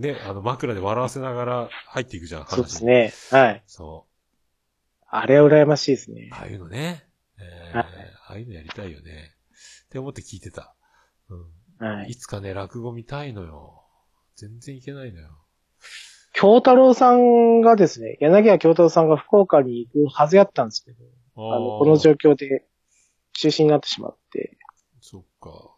[SPEAKER 1] ね、あの枕で笑わせながら入っていくじゃん、話
[SPEAKER 2] そう
[SPEAKER 1] に
[SPEAKER 2] です。ね。はい。
[SPEAKER 1] そう。
[SPEAKER 2] あれは羨ましいですね。
[SPEAKER 1] ああいうのね。えー
[SPEAKER 2] はい
[SPEAKER 1] ああいうのやりたいよね。って思って聞いてた。うん
[SPEAKER 2] はい
[SPEAKER 1] い。つかね、落語見たいのよ。全然いけないなよ。
[SPEAKER 2] 京太郎さんがですね、柳家京太郎さんが福岡に行くはずやったんですけど、
[SPEAKER 1] あー
[SPEAKER 2] あの、この状況で中止になってしまって、
[SPEAKER 1] そっか。
[SPEAKER 2] は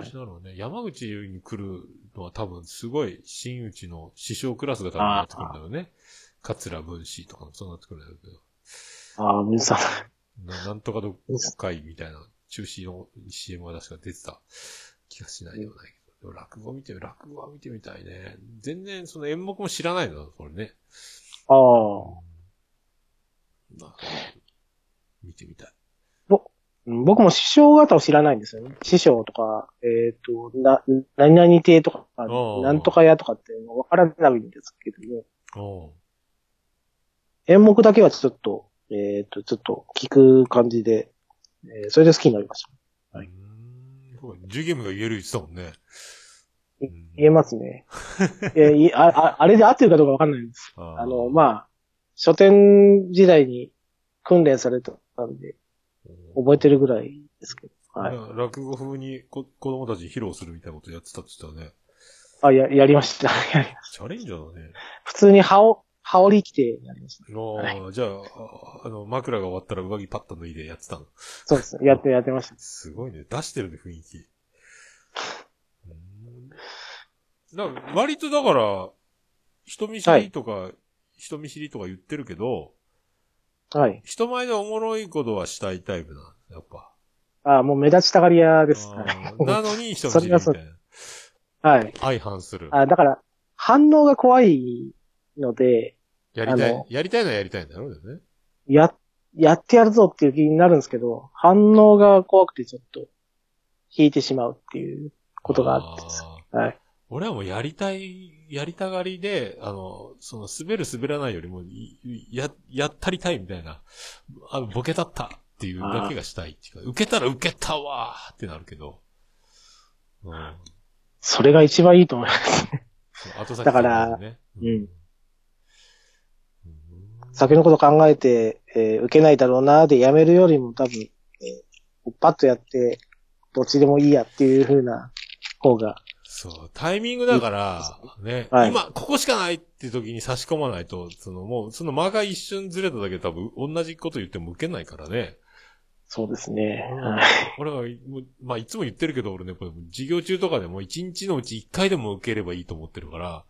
[SPEAKER 1] 中
[SPEAKER 2] い
[SPEAKER 1] 止なのね、山口に来るのは多分すごい真打ちの師匠クラスが多分なってくるんだろうね。桂文史とかもそうなってくるんだろうけ
[SPEAKER 2] ああ、皆さん、
[SPEAKER 1] ど。ななんとかどっかいみたいな中止の CM が確か出てた気がしないではないけど。でも落語見て、落語は見てみたいね。全然その演目も知らないのだ、これね。
[SPEAKER 2] ああ、
[SPEAKER 1] な見てみたい。
[SPEAKER 2] うん僕も師匠方を知らないんですよね。師匠とか、えっ、と、な、何々亭とか、
[SPEAKER 1] ー
[SPEAKER 2] なんとか屋とかっていうのがわからないんですけども、
[SPEAKER 1] おう
[SPEAKER 2] 演目だけはちょっと、えっ、と、ちょっと聞く感じで、えーそれで好きになりました。はいう
[SPEAKER 1] ーん。そうジュゲムが言える言ってたもんね。うん
[SPEAKER 2] 言えます ね。えーいあああれで合ってるかどうかわかんないんです
[SPEAKER 1] あ
[SPEAKER 2] あの、まあ、書店時代に訓練されたんで、
[SPEAKER 1] あ
[SPEAKER 2] 覚えてるぐらいですけど。はい。
[SPEAKER 1] ね落語風にこ子供たちに披露するみたいなことやってたって言ってたね。
[SPEAKER 2] あ、や、やりました。 やり
[SPEAKER 1] チャレンジャーだね。
[SPEAKER 2] 普通に羽織、羽織着てやりました。
[SPEAKER 1] あーじゃああ、あの、枕が終わったら上着パッと脱いでやってたの。
[SPEAKER 2] そうです。やって、やってました。
[SPEAKER 1] すごいね。出してるね、雰囲気。うーんなんか割とだから、人見知りとか、人見知りとか言ってるけど、
[SPEAKER 2] はい。
[SPEAKER 1] 人前でおもろいことはしたいタイプなの、やっぱ。
[SPEAKER 2] あ、もう目立ちたがり屋です。
[SPEAKER 1] あーなのに人見知りみ
[SPEAKER 2] そ
[SPEAKER 1] た
[SPEAKER 2] れ
[SPEAKER 1] いな。
[SPEAKER 2] はい。
[SPEAKER 1] 相反する。
[SPEAKER 2] あ、だから、反応が怖いので、
[SPEAKER 1] やりた
[SPEAKER 2] あ
[SPEAKER 1] い
[SPEAKER 2] の、
[SPEAKER 1] やりたいのはやりたいんだろうね。
[SPEAKER 2] や、やってやるぞっていう気になるんですけど、反応が怖くてちょっと、引いてしまうっていうことがあってです
[SPEAKER 1] あー
[SPEAKER 2] はい。
[SPEAKER 1] 俺はもうやりたい、やりたがりで、あの、その滑る滑らないよりも、いいや、やったりたいみたいな、あの、ボケだったっていうだけがしたいっていうか、受けたら受けたわーってなるけど、うん。
[SPEAKER 2] それが一番いいと思います。
[SPEAKER 1] その後先
[SPEAKER 2] だから
[SPEAKER 1] 考えてね、
[SPEAKER 2] うん
[SPEAKER 1] うん。
[SPEAKER 2] 先のこと考えて、えー受けないだろうな、でやめるよりも多分、えーパッとやって、どっちでもいいやっていう風な方が、
[SPEAKER 1] そう、タイミングだから、ね、
[SPEAKER 2] はい
[SPEAKER 1] 今、ここしかないっていう時に差し込まないと、そのもう、その間が一瞬ずれただけで多分、同じこと言っても受けないからね。
[SPEAKER 2] そうですね。
[SPEAKER 1] うん
[SPEAKER 2] はい
[SPEAKER 1] 俺は、もうまあ、いつも言ってるけど、俺ね、これ、授業中とかでも、一日のうち一回でも受ければいいと思ってるから、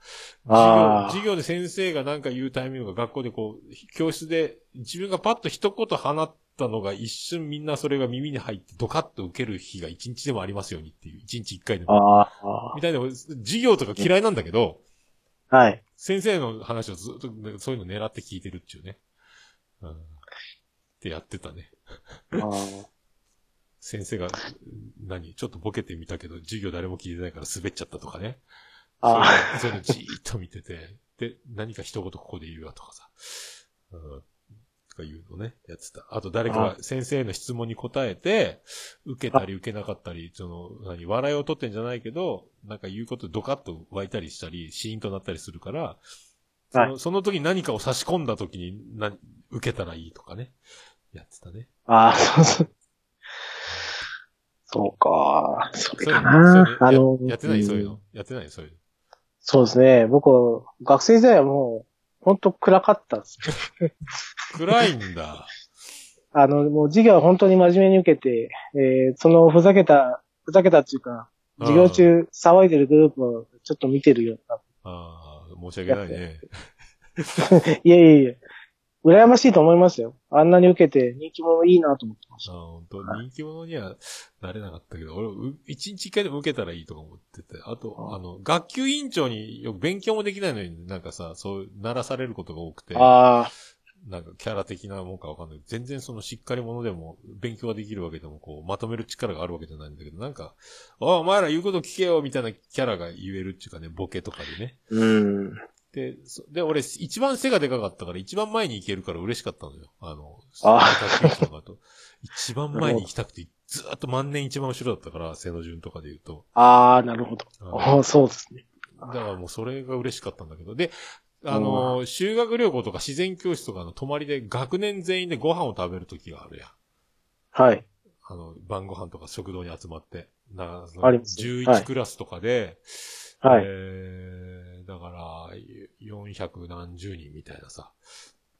[SPEAKER 2] あー
[SPEAKER 1] 授業、授業で先生がなんか言うタイミングが学校でこう、教室で、自分がパッと一言放ったのが一瞬みんなそれが耳に入って、ドカッと受ける日が一日でもありますようにっていう、一日一回でも。
[SPEAKER 2] あ
[SPEAKER 1] みたいな、俺授業とか嫌いなんだけど、
[SPEAKER 2] あ。はい。
[SPEAKER 1] 先生の話をずっと、そういうの狙って聞いてるっていうね。うん。ってやってたね。
[SPEAKER 2] あー
[SPEAKER 1] 先生が、何ちょっとボケてみたけど、授業誰も聞いてないから滑っちゃったとかね。
[SPEAKER 2] あ
[SPEAKER 1] そういうのそういうのじーっと見てて、で、何か一言ここで言うわとかさ。うん。とかいうのね、やってた。あと誰かが先生の質問に答えて、受けたり受けなかったり、その、何、笑いを取ってんじゃないけど、なんか言うことでドカッと湧いたりしたり、シーンとなったりするから、その,、
[SPEAKER 2] は
[SPEAKER 1] その時に何かを差し込んだ時に、な、受けたらいいとかね。やってたね。
[SPEAKER 2] あー、 そうそう。そうか。それ
[SPEAKER 1] そうい
[SPEAKER 2] か
[SPEAKER 1] うの
[SPEAKER 2] な。
[SPEAKER 1] そう
[SPEAKER 2] あ
[SPEAKER 1] いう
[SPEAKER 2] の
[SPEAKER 1] の、ややってない、そういう
[SPEAKER 2] うん
[SPEAKER 1] の。やってない、そういうの。
[SPEAKER 2] そうですね。僕、学生時代はもう、ほんと暗かった ですね。
[SPEAKER 1] 暗いんだ。
[SPEAKER 2] あの、もう授業は本当に真面目に受けて、えーそのふざけた、ふざけたっていうか、授業中騒いでるグループをちょっと見てるような。
[SPEAKER 1] ああ。ああ、申し訳ないね。
[SPEAKER 2] いやいやいや。羨ましいと思いましたよ。あんなに受けて人気者いいなと思ってまし
[SPEAKER 1] ああ、
[SPEAKER 2] た。
[SPEAKER 1] 本当人気者にはなれなかったけど、俺、う一日一回でも受けたらいいとか思ってて。あと、
[SPEAKER 2] あ
[SPEAKER 1] あの、学級委員長によく勉強もできないのになんかさ、そう、鳴らされることが多くて、
[SPEAKER 2] あ
[SPEAKER 1] なんかキャラ的なもんかわかんないけど、全然そのしっかり者でも、勉強ができるわけでも、こう、まとめる力があるわけじゃないんだけど、なんか、ああ、お前ら言うこと聞けよ、みたいなキャラが言えるっていうかね、ボケとかでね。
[SPEAKER 2] ーうん。
[SPEAKER 1] で、そで、俺、一番背がでかかったから、一番前に行けるから嬉しかったのよ。あの、
[SPEAKER 2] あ
[SPEAKER 1] 卓球とかと。一番前に行きたくて、ずーっと万年一番後ろだったから、背の順とかで言うと。
[SPEAKER 2] ああ、なるほど。
[SPEAKER 1] あ
[SPEAKER 2] あ
[SPEAKER 1] の
[SPEAKER 2] ーそうですね。
[SPEAKER 1] だからもうそれが嬉しかったんだけど。で、あの、修学旅行とか自然教室とかの泊まりで、学年全員でご飯を食べる時があるやん。
[SPEAKER 2] はい。
[SPEAKER 1] あの、晩ご飯とか食堂に集まって、な、その
[SPEAKER 2] ありますねは
[SPEAKER 1] 11
[SPEAKER 2] い
[SPEAKER 1] クラスとかで、
[SPEAKER 2] はい。
[SPEAKER 1] えー、だから、400何十人みたいなさ。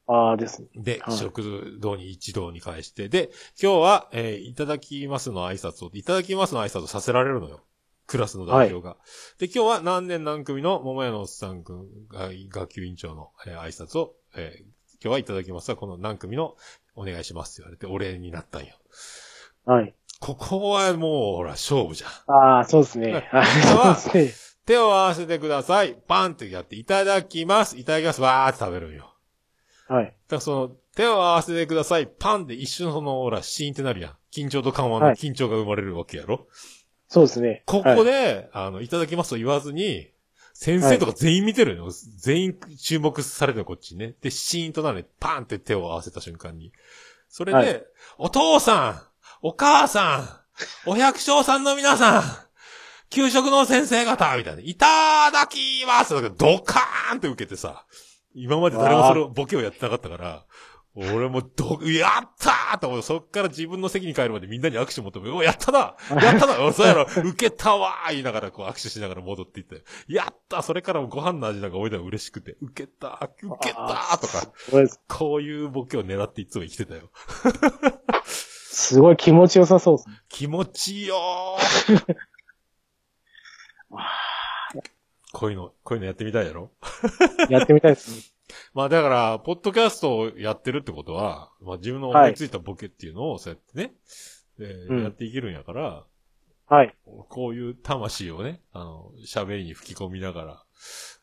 [SPEAKER 2] ああですね。
[SPEAKER 1] で、
[SPEAKER 2] はい
[SPEAKER 1] 食堂に一堂に返して、で、今日は、えーいただきますの挨拶を、いただきますの挨拶をさせられるのよ。クラスの代表が。で、今日は何年何組の桃屋のおっさんくんが、学級委員長の、えー挨拶を、えー今日はいただきますはこの何組のお願いしますって言われてお礼になったんよ。
[SPEAKER 2] はい。
[SPEAKER 1] ここはもう、ほら、勝負じゃん。
[SPEAKER 2] ああ、そうですね。
[SPEAKER 1] は
[SPEAKER 2] はい。そうです
[SPEAKER 1] 手を合わせてください。パンってやって、いただきます。いただきます。わーって食べるんよ。
[SPEAKER 2] ね。はい。
[SPEAKER 1] だからその、手を合わせてください。パンって一瞬その、ほら、シーンってなるやん。緊張と緩和の
[SPEAKER 2] はい
[SPEAKER 1] 緊張が生まれるわけやろ。
[SPEAKER 2] そうですね。
[SPEAKER 1] ここ
[SPEAKER 2] はい、
[SPEAKER 1] で、あの、いただきますと言わずに、先生とか全員見てるのよ。全員注目されてるのこっちにね。で、シーンとなるね。パンって手を合わせた瞬間に。それで、
[SPEAKER 2] はい
[SPEAKER 1] お父さんお母さんお百姓さんの皆さん給食の先生方みたいな。いただきますだからドカーンって受けてさ。今まで誰もそれをボケをやってなかったから、俺もど、やったーと思う。そっから自分の席に帰るまでみんなに握手求め、うわ、やったなやったなおいそうやろ受けたわー言いながら、こう握手しながら戻っていって。やったそれからもご飯の味なんか俺では嬉しくて、受けたー受けたーとか、
[SPEAKER 2] これ
[SPEAKER 1] こういうボケを狙っていつも生きてたよ。
[SPEAKER 2] すごい気持ちよさそうですね。
[SPEAKER 1] 気持ちいいよ ーこういうの、こういうのやってみたいやろ
[SPEAKER 2] やってみたいですね。
[SPEAKER 1] まあだから、ポッドキャストをやってるってことは、まあ自分の思いついたボケっていうのをそうやってね、えー
[SPEAKER 2] うん
[SPEAKER 1] やっていけるんやから、
[SPEAKER 2] はい。
[SPEAKER 1] こういう魂をね、あの、喋りに吹き込みながら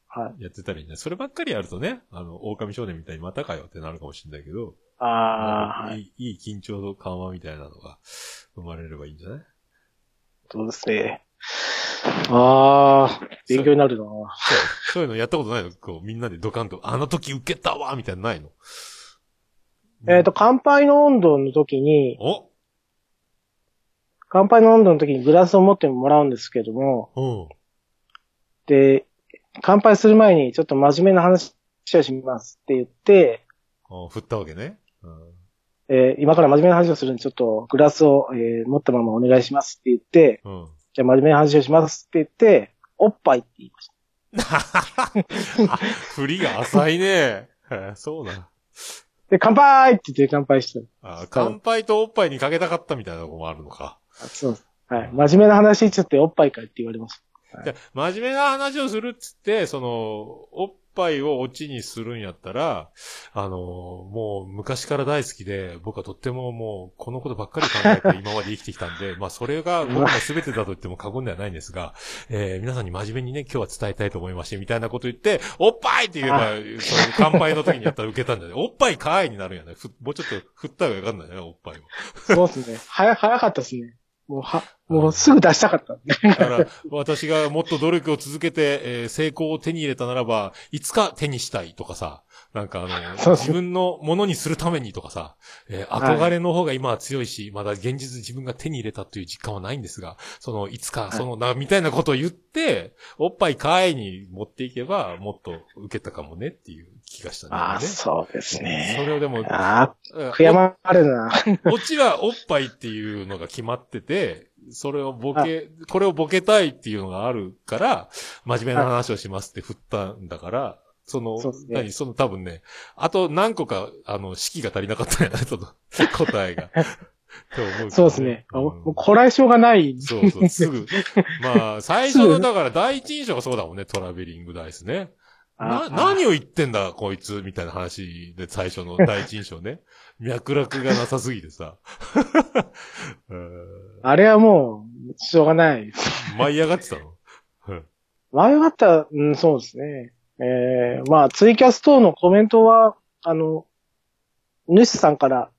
[SPEAKER 2] はい。
[SPEAKER 1] やってたらいいんだそればっかりやるとね、あの、狼少年みたいにまたかよってなるかもしれないけど、
[SPEAKER 2] ああ、はい
[SPEAKER 1] いい、いい緊張と緩和みたいなのが生まれればいいんじゃない
[SPEAKER 2] そうですね。ああ、勉強になるな
[SPEAKER 1] そうそういうのやったことないのこう、みんなでドカンと、あの時受けたわみたいなのないの
[SPEAKER 2] えっ、と、、乾杯の温度の時に、
[SPEAKER 1] お
[SPEAKER 2] 乾杯の温度の時にグラスを持ってもらうんですけども、
[SPEAKER 1] うん。
[SPEAKER 2] で、乾杯する前にちょっと真面目な話をしますって言って、
[SPEAKER 1] あ振ったわけね。うん。
[SPEAKER 2] えー今から真面目な話をするんで、ちょっとグラスを、えー持ったままお願いしますって言って、
[SPEAKER 1] うん。
[SPEAKER 2] じゃあ真面目な話をしますって言って、おっぱいって言いました。
[SPEAKER 1] あ振りが浅いね。えそうな。
[SPEAKER 2] で、乾杯って言って乾杯した。
[SPEAKER 1] あ乾杯とおっぱいにかけたかったみたいなとこもあるのか。
[SPEAKER 2] あそうです。はい。真面目な話っつっておっぱいかいって言われました。
[SPEAKER 1] じゃあ真面目な話をするっつって、その、おっぱいをオチにするんやったら、あの、もう昔から大好きで、僕はとってももう、このことばっかり考えて今まで生きてきたんで、まあそれが僕の全てだと言っても過言ではないんですが、えー皆さんに真面目にね、今日は伝えたいと思いまして、みたいなこと言って、おっぱいって言えば、そういう乾杯の時にやったら受けたんじゃないおっぱいかーいになるんやね。ふもうちょっと振った方がよかんないね、おっぱいを。
[SPEAKER 2] そうです ね。早、早かったですね。もう、は、もうすぐ出したかった。
[SPEAKER 1] だから、私がもっと努力を続けて、えー成功を手に入れたならば、いつか手にしたいとかさ、なんかあの、
[SPEAKER 2] そうそう
[SPEAKER 1] 自分のものにするためにとかさ、えー
[SPEAKER 2] はい
[SPEAKER 1] 憧れの方が今は強いし、まだ現実自分が手に入れたという実感はないんですが、その、いつか、その、な、みたいなことを言って、おっぱいかいに持っていけば、もっと受けたかもねっていう気がしたん
[SPEAKER 2] ああ、
[SPEAKER 1] ね。
[SPEAKER 2] そうです
[SPEAKER 1] そ
[SPEAKER 2] ね。
[SPEAKER 1] れをでも、
[SPEAKER 2] あ
[SPEAKER 1] うん
[SPEAKER 2] あ、悔やまれるな。
[SPEAKER 1] オチはおっぱいっていうのが決まってて、それをボ
[SPEAKER 2] は
[SPEAKER 1] ケ、これをボケたいっていうのがあるから、真面目な話をしますって振ったんだから、その、
[SPEAKER 2] そうですね
[SPEAKER 1] 何、その多分ね、あと何個か、あの、式が足りなかったんやな、その、 答えが。って思うけど
[SPEAKER 2] そうですね。あ
[SPEAKER 1] うん
[SPEAKER 2] もう、こらえ性がない。
[SPEAKER 1] そうそう、すぐ。まあ、最初の、だから第一印象がそうだもんね、トラベリングダイスね。
[SPEAKER 2] あ
[SPEAKER 1] な、
[SPEAKER 2] あ
[SPEAKER 1] 何を言ってんだ、こいつ、みたいな話で、最初の第一印象ね。 脈絡がなさすぎてさ。 えー
[SPEAKER 2] あれはもう、しょうがない。
[SPEAKER 1] 舞い上がってたのうん
[SPEAKER 2] 前がった、うん、そうですね。えー、まあ、ツイキャス等のコメントは、あの、主さんから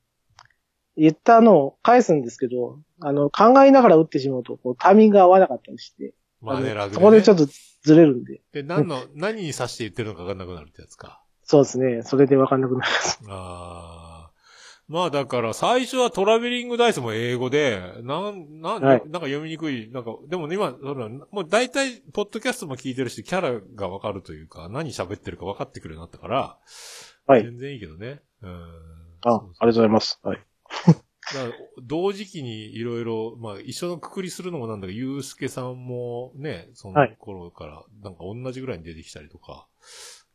[SPEAKER 2] 言ったのを返すんですけど、あの、考えながら打ってしまうと、こう、タイミングが合わなかったりして、
[SPEAKER 1] まあ
[SPEAKER 2] あ
[SPEAKER 1] ね、
[SPEAKER 2] の
[SPEAKER 1] ラグ
[SPEAKER 2] そこでちょっ
[SPEAKER 1] と。
[SPEAKER 2] とずれるんで、
[SPEAKER 1] で、何の、何に指して言ってるのか分かんなくなるってやつか。
[SPEAKER 2] そうですね。それでわかんなくなります。
[SPEAKER 1] ああ。まあだから、最初はトラベリングダイスも英語で、なん、なん、
[SPEAKER 2] は
[SPEAKER 1] なん
[SPEAKER 2] い
[SPEAKER 1] か読みにくい、なんか、でもね、今、そのもう大体、ポッドキャストも聞いてるし、キャラがわかるというか、何喋ってるか分かってくるようになったから、
[SPEAKER 2] はい。
[SPEAKER 1] 全然いいけどね。うん。
[SPEAKER 2] あ、ありがとうございます。はい。
[SPEAKER 1] だから同時期にいろいろ、まあ一緒のくくりするのもなんだけど、ゆうすけさんもね、その頃から、なんか同じぐらいに出てきたりとか、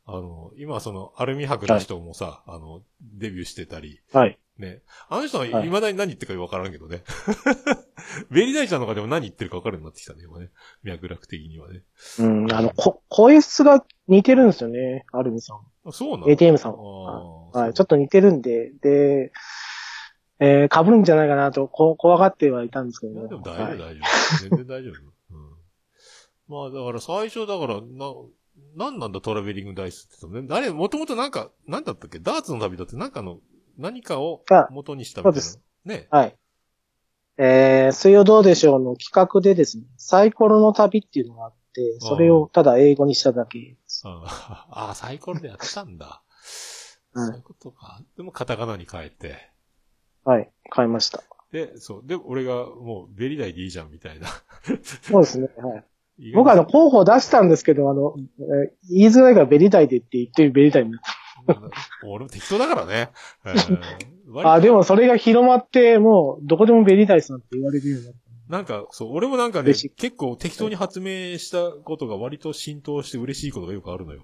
[SPEAKER 1] あの、今そのアルミ箔の人もさ、あの、デビューしてたり、
[SPEAKER 2] はい。
[SPEAKER 1] ね。あの人は
[SPEAKER 2] はい
[SPEAKER 1] 未だに何言ってるか分からんけどね。 ベリーダイちゃんの方がでも何言ってるか分かるようになってきたね、今ね。脈絡的にはね。
[SPEAKER 2] うん、あの、こ、声質が似てるんですよね、アルミさん。
[SPEAKER 1] あそうなの
[SPEAKER 2] ATM さん。
[SPEAKER 1] あ
[SPEAKER 2] はい、ちょっと似てるんで、で、えー、被るんじゃないかなと、こ怖がってはいたんですけ
[SPEAKER 1] い
[SPEAKER 2] ど
[SPEAKER 1] や、
[SPEAKER 2] ね。
[SPEAKER 1] でも大
[SPEAKER 2] は
[SPEAKER 1] 丈夫、大
[SPEAKER 2] い
[SPEAKER 1] 丈夫。全然大丈夫。うん。まあ、だから最初、だから、な、なんなんだトラベリングダイスって言ってもね。あれ、もともとなんか、なんだったっけダーツの旅だってなんかの、何かを
[SPEAKER 2] あ
[SPEAKER 1] 元にしたみたいな。
[SPEAKER 2] そう
[SPEAKER 1] ね。
[SPEAKER 2] はい。えー、水曜どうでしょうの企画でですね、サイコロの旅っていうのがあって、それをただ英語にしただけです。
[SPEAKER 1] あ あ、サイコロでやってたんだ。
[SPEAKER 2] うん
[SPEAKER 1] そういうことか。でも、カタカナに変えて。
[SPEAKER 2] はい、買いました。
[SPEAKER 1] で、そう。で、俺がもう、ベリダイでいいじゃん、みたいな。
[SPEAKER 2] そうですね、はい。僕あの、候補出したんですけど、あの、えー言いづらいからベリダイでって言ってるベリダイになっ
[SPEAKER 1] 俺も適当だからね。え ー割
[SPEAKER 2] た。あ、でもそれが広まって、もう、どこでもベリダイさんって言われるようになっ
[SPEAKER 1] なんか、そう、俺もなんかね、
[SPEAKER 2] 嬉し
[SPEAKER 1] 結
[SPEAKER 2] い
[SPEAKER 1] 構適当に発明したことが割と浸透して嬉しいことがよくあるのよ。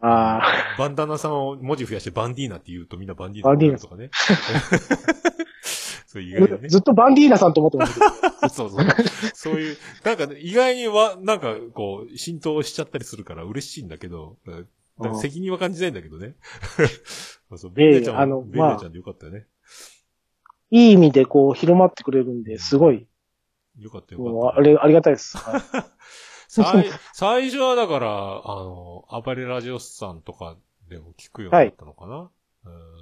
[SPEAKER 2] た。ああ、
[SPEAKER 1] バンダナさんを文字増やしてバンディーナって言うとみんなバンディーナ
[SPEAKER 2] バンディーナ
[SPEAKER 1] とかね。 そう、意外にね。
[SPEAKER 2] ずっとバンディーナさんと思ってました。
[SPEAKER 1] そうそう。そういう、なんかね、意外には、なんかこう、浸透しちゃったりするから嬉しいんだけど、うんだから責任は感じないんだけど ね。そう、ベリナちゃん
[SPEAKER 2] あ
[SPEAKER 1] も、
[SPEAKER 2] の
[SPEAKER 1] ベリナちゃんでよかったよね。
[SPEAKER 2] いい意味でこう、広まってくれるんで、すごい、
[SPEAKER 1] よかったよかった。
[SPEAKER 2] もう、あれ、ありがた いです。はい
[SPEAKER 1] 最、最初はだから、あの、暴れラジオスさんとかでも聞くようになったのかな、うん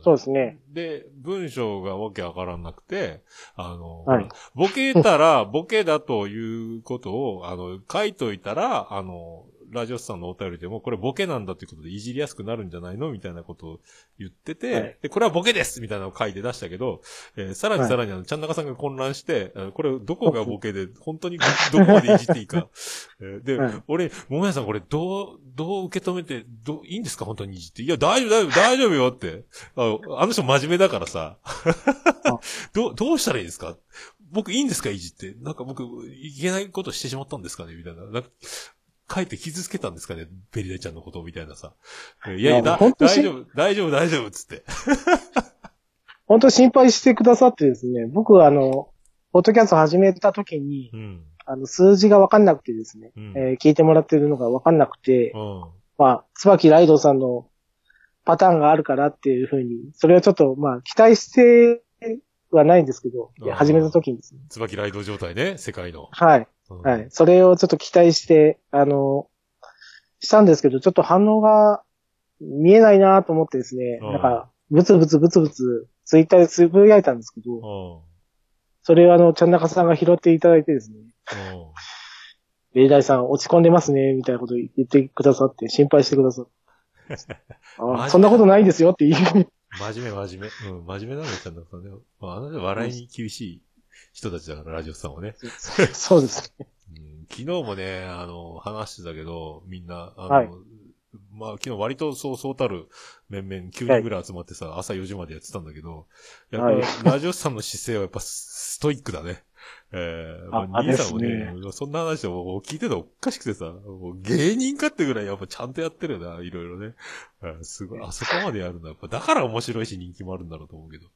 [SPEAKER 2] そうですね。
[SPEAKER 1] で、文章がわけわからなくて、あの、
[SPEAKER 2] はい
[SPEAKER 1] ボケたら、ボケだということを、あの、書いといたら、あの、ラジオスさんのお便りでも、これボケなんだということでいじりやすくなるんじゃないのみたいなことを言ってて、
[SPEAKER 2] はい
[SPEAKER 1] で、これはボケですみたいなのを書いて出したけど、えーさらに
[SPEAKER 2] はい
[SPEAKER 1] さらにあの、ちゃんなかさんが混乱して、あのこれどこがボケで、本当にどこまでいじっていいか。えーで、
[SPEAKER 2] はい
[SPEAKER 1] 俺、もやさんこれどう、どう受け止めて、どう、いいんですか本当にいじって。いや、大丈夫、大丈夫、大丈夫よって。あのあの人真面目だからさ。 どう、どうしたらいいですか僕いいんですかいじって。なんか僕、いけないことしてしまったんですかねみたいな。なんか、書いて傷つけたんですかねベリダイちゃんのことをみたいなさ。えいやいや、
[SPEAKER 2] いや
[SPEAKER 1] だ
[SPEAKER 2] ほんと
[SPEAKER 1] 大
[SPEAKER 2] し
[SPEAKER 1] 丈夫、大丈夫、大丈夫、つって。
[SPEAKER 2] 本当心配してくださってですね、僕はあの、ポッドキャスト始めた時に
[SPEAKER 1] う、ん。
[SPEAKER 2] あの、数字がわかんなくてですね、
[SPEAKER 1] うん。
[SPEAKER 2] えー聞いてもらってるのがわかんなくて
[SPEAKER 1] う、ん。
[SPEAKER 2] まあ、椿ライドさんのパターンがあるからっていうふうに、それはちょっと、まあ、期待してはないんですけど、いや
[SPEAKER 1] あー
[SPEAKER 2] 始めた時にですね。
[SPEAKER 1] 椿ライド状態ね、世界の。
[SPEAKER 2] はい、
[SPEAKER 1] うん
[SPEAKER 2] はい。。それをちょっと期待して、あの、したんですけど、ちょっと反応が見えないなと思ってですね、
[SPEAKER 1] うん
[SPEAKER 2] なんか、ブツブツブツブツ、ツイッターでつぶやいたんですけど、
[SPEAKER 1] うん。
[SPEAKER 2] それをあの、ちゃんなかさんが拾っていただいてですね、
[SPEAKER 1] うん
[SPEAKER 2] 例大さん落ち込んでますね、みたいなこと言ってくださって、心配してくださって。 あそんなことないですよって言い、
[SPEAKER 1] 真面目、真面目。うん、真面目なのよちゃんとさんね。まあ、あの人笑いに厳しい人たちだから、ラジオさんはね。
[SPEAKER 2] そうですね。
[SPEAKER 1] うん昨日もね、あの、話してたけど、みんな、あの、
[SPEAKER 2] はい
[SPEAKER 1] まあ、昨日割とそうそうたる面々9人ぐらい集まってさ、朝4時までやってたんだけど、やっぱ、
[SPEAKER 2] はい
[SPEAKER 1] ラジオさんの姿勢はやっぱストイックだね。えー、
[SPEAKER 2] あ
[SPEAKER 1] まあ兄さんも
[SPEAKER 2] で
[SPEAKER 1] ね、そんな話をもう聞いてたらおかしくてさ、もう芸人かってぐらいやっぱちゃんとやってるよな、いろいろね。うんすごい、あそこまでやるんだ。やっぱだから面白いし人気もあるんだろうと思うけど。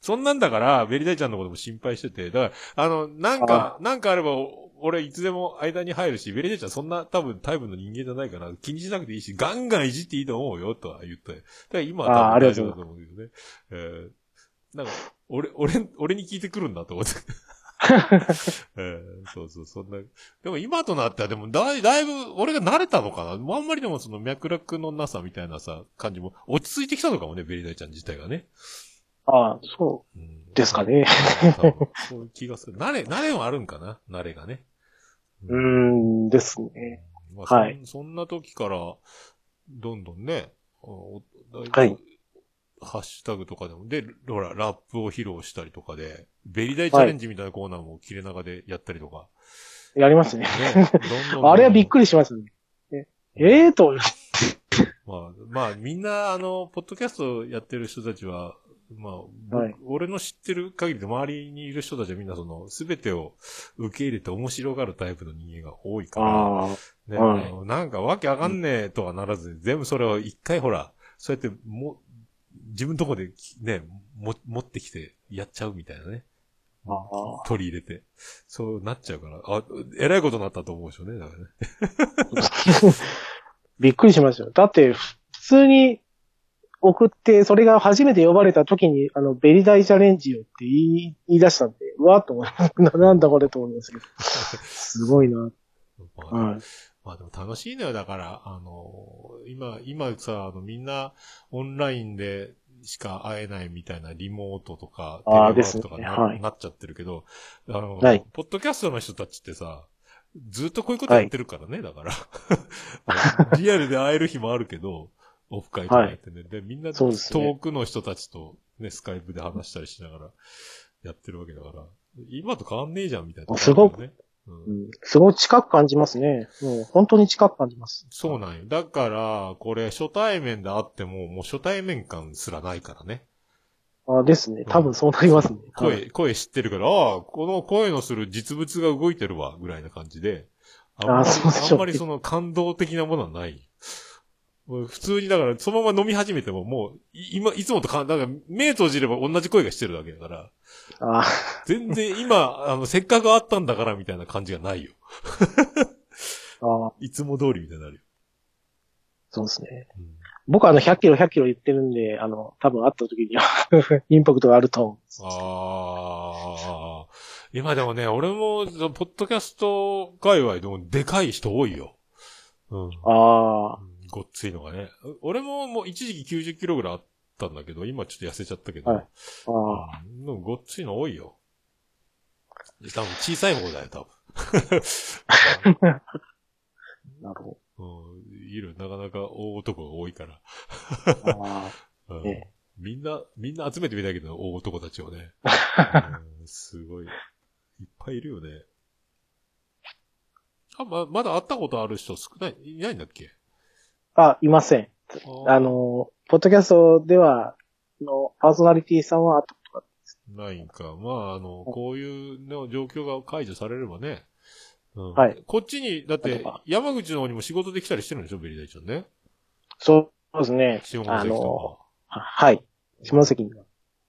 [SPEAKER 1] そんなんだから、ベリダイちゃんのことも心配してて、だから、あの、なんか、なんかあれば、お俺いつでも間に入るし、ベリダイちゃんそんな多分タイプの人間じゃないから、気にしなくていいし、ガンガンいじっていいと思うよ、とは言ったよ。だから今は
[SPEAKER 2] あーあ
[SPEAKER 1] 多分
[SPEAKER 2] り
[SPEAKER 1] 大
[SPEAKER 2] が
[SPEAKER 1] 丈夫
[SPEAKER 2] とう
[SPEAKER 1] だと思うけどね。えー、なんか、俺、俺、俺に聞いてくるんだと 思って。えーそうそう、そんな。でも今となっては、でもだい、だいぶ、俺が慣れたのかなもうあんまりでもその脈絡のなさみたいなさ、感じも、落ち着いてきたのかもね、ベリダイちゃん自体がね。
[SPEAKER 2] ああ、そ
[SPEAKER 1] うん
[SPEAKER 2] うですかね。
[SPEAKER 1] 多分そういう気がする。慣れ、慣れはあるんかな慣れがね。
[SPEAKER 2] うーん、ですね。
[SPEAKER 1] まあ、そん
[SPEAKER 2] はい
[SPEAKER 1] そんな時から、どんどんね、おお
[SPEAKER 2] はい
[SPEAKER 1] ハッシュタグとかでも、で、ほら、ラップを披露したりとかで、ベリダイチャレンジみたいなコーナーも切れ長でやったりとか。
[SPEAKER 2] やりますね。
[SPEAKER 1] ね、どんどんどんどん
[SPEAKER 2] あれはびっくりしましたね。ええー、と、
[SPEAKER 1] まあ、まあ、みんな、あの、ポッドキャストやってる人たちは、まあ、僕
[SPEAKER 2] はい
[SPEAKER 1] 俺の知ってる限りで周りにいる人たちはみんなその、すべてを受け入れて面白がるタイプの人間が多いから、
[SPEAKER 2] ああ、
[SPEAKER 1] ね、
[SPEAKER 2] はい
[SPEAKER 1] あのなんかわけあかんねえとはならずに、全部それを一回ほら、そうやっても、自分のとこできね、も、持ってきてやっちゃうみたいなね。
[SPEAKER 2] ああ
[SPEAKER 1] 取り入れて。そうなっちゃうから、あ、えらいことになったと思うでしょうね、だからね。
[SPEAKER 2] びっくりしますよ。だって、普通に送って、それが初めて呼ばれた時に、あの、ベリダイチャレンジよって言い言い出したんで、うわーっと思います。 ななんだこれと思いますけど。すごいな。
[SPEAKER 1] まあ
[SPEAKER 2] はい。
[SPEAKER 1] まあでも楽しいのよ、だから、あの、今、今さ、あの、みんな、オンラインでしか会えないみたいなリモートとか、
[SPEAKER 2] あー
[SPEAKER 1] テレワークとか
[SPEAKER 2] ですね
[SPEAKER 1] な,、
[SPEAKER 2] はい
[SPEAKER 1] なっちゃってるけど、あの、
[SPEAKER 2] はい
[SPEAKER 1] ポッドキャストの人たちってさ、ずっとこういうことやってるからね、だから。あ のリアルで会える日もあるけど、オフ会とかやってね。で、みんな
[SPEAKER 2] そう
[SPEAKER 1] 遠
[SPEAKER 2] ですね
[SPEAKER 1] くの人たちとね、スカイプで話したりしながらやってるわけだから、今と変わんねえじゃんみたいな、
[SPEAKER 2] すごく
[SPEAKER 1] ね。うん
[SPEAKER 2] うん、すごい近く感じますね。もう本当に近く感じます。
[SPEAKER 1] そうなんよ。だから、これ、初対面であっても、もう初対面感すらないからね。
[SPEAKER 2] あですね。多分そうなりますね。
[SPEAKER 1] 声、
[SPEAKER 2] はい
[SPEAKER 1] 声知ってるから、ああ、この声のする実物が動いてるわ、ぐらいな感じで。あんま
[SPEAKER 2] あ
[SPEAKER 1] り、
[SPEAKER 2] そうでし
[SPEAKER 1] あ
[SPEAKER 2] ょうん
[SPEAKER 1] まりその感動的なものはない。もう普通に、だから、そのまま飲み始めても、もう、い今、いつもとか、だから、目閉じれば同じ声がしてるだけだから、
[SPEAKER 2] あ
[SPEAKER 1] 全然今、あの、せっかくあったんだから、みたいな感じがないよ。
[SPEAKER 2] あ、
[SPEAKER 1] いつも通りみたいになるよ。
[SPEAKER 2] そうですね。
[SPEAKER 1] うん
[SPEAKER 2] 僕はあの100キロ100キロ言ってるんで、あの、多分会った時には インパクトがあると思う。
[SPEAKER 1] ああ。今でもね、俺も、そのポッドキャスト界隈でもでかい人多いよ。うん。
[SPEAKER 2] ああ、
[SPEAKER 1] ごっついのがね。う俺ももう一時期90キロぐらいあったんだけど、今ちょっと痩せちゃったけど。
[SPEAKER 2] はいああ、
[SPEAKER 1] うんでもごっついの多いよ。で多分小さい方だよ、多
[SPEAKER 2] なるほ
[SPEAKER 1] 分。うん。いる、なかなか大男が多いから。
[SPEAKER 2] ど。あ
[SPEAKER 1] うん
[SPEAKER 2] ね
[SPEAKER 1] みんな、みんな集めてみたいけど、大男たちをね。うんすごい。いっぱいいるよね。あ、ま、まだ会ったことある人少ない、いないんだっけ
[SPEAKER 2] あ、あ、いません。
[SPEAKER 1] あー
[SPEAKER 2] あの、ポッドキャストでは、のパーソナリティさんは、
[SPEAKER 1] ないんか。まあ、あの、こういうの状況が解除されればね。うん、
[SPEAKER 2] はい。
[SPEAKER 1] こっちに、だって
[SPEAKER 2] あとは、
[SPEAKER 1] 山口の方にも仕事できたりしてるんでしょ、ベリーダイちゃんね。
[SPEAKER 2] そうですね。
[SPEAKER 1] 下
[SPEAKER 2] あ
[SPEAKER 1] 関
[SPEAKER 2] の、
[SPEAKER 1] と
[SPEAKER 2] はい。下関に
[SPEAKER 1] か。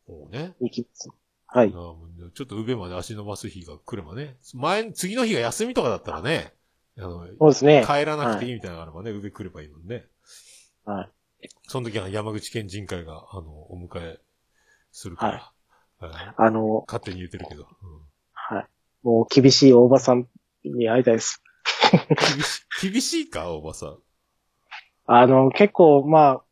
[SPEAKER 1] もうね。
[SPEAKER 2] 行きます。は
[SPEAKER 1] あー
[SPEAKER 2] い。
[SPEAKER 1] もうちょっと上まで足伸ばす日が来ればね。前、次の日が休みとかだったらね。あの、
[SPEAKER 2] そうですね。
[SPEAKER 1] 帰らなくていいみたいなのがあればね、上来ればいいのにね。
[SPEAKER 2] はい。
[SPEAKER 1] その時は山口県人会が、あの、お迎えするから、えー
[SPEAKER 2] あの、
[SPEAKER 1] 勝手に言ってるけど、うん
[SPEAKER 2] はい。もう厳しいおばさんに会いたいです。
[SPEAKER 1] 厳し 厳しいか、おばさん。
[SPEAKER 2] あの、結構、まあ、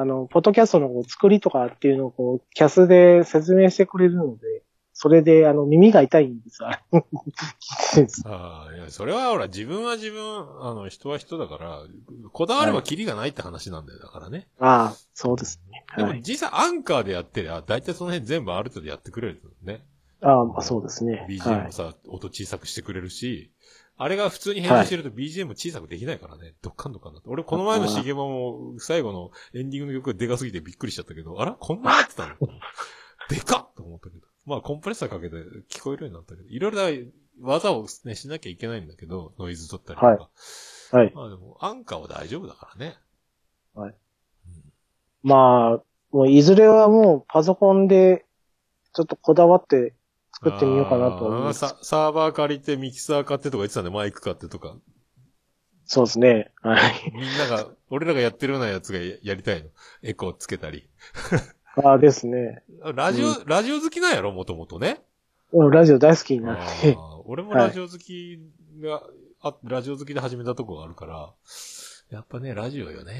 [SPEAKER 2] あの、ポッドキャストのこう作りとかっていうのをこう、キャスで説明してくれるので、それで、あの、耳が痛いんです。あれ 聞いてるんです
[SPEAKER 1] ああ、いや、それはほら、自分は自分、あの、人は人だから、こだわればキリがないって話なんだよ、だからね。
[SPEAKER 2] ああ、そうですね。
[SPEAKER 1] で
[SPEAKER 2] は
[SPEAKER 1] も
[SPEAKER 2] い。
[SPEAKER 1] 実際アンカーでやってりゃ、だいたいその辺全部ある程度やってくれるんだよね。
[SPEAKER 2] ああ、まあそうですね。は
[SPEAKER 1] BGM
[SPEAKER 2] い
[SPEAKER 1] も。さ、音小さくしてくれるし、あれが普通に編集してると BGM 小さくできないからね、どっかんどっかんだって。俺この前のシゲマも最後のエンディングの曲がでかすぎてびっくりしちゃったけど、あらこんなになってた のでかっと思ったけど。まあコンプレッサーかけて聞こえるようになったけど、いろいろな技をね、しなきゃいけないんだけど、ノイズ取ったりとか。
[SPEAKER 2] はいはい。
[SPEAKER 1] まあでも、アンカーは大丈夫だからね。
[SPEAKER 2] まあ、もういずれはもうパソコンで、ちょっとこだわって作ってみようかなと思い
[SPEAKER 1] あー
[SPEAKER 2] ます。
[SPEAKER 1] ササーバー借りてミキサー買ってとか言ってたね、マイク買ってとか。
[SPEAKER 2] そうですね。はい。
[SPEAKER 1] みんなが、俺らがやってるようなやつがややりたいの。エコーつけたり。
[SPEAKER 2] ああですね。
[SPEAKER 1] ラジオ、ラジオ好きなんやろもともとね。
[SPEAKER 2] うんラジオ大好きに な
[SPEAKER 1] あ
[SPEAKER 2] って。
[SPEAKER 1] ー俺もラジオ好きが、あ、ラジオ好きで始めたとこがあるから、やっぱね、ラジオよね。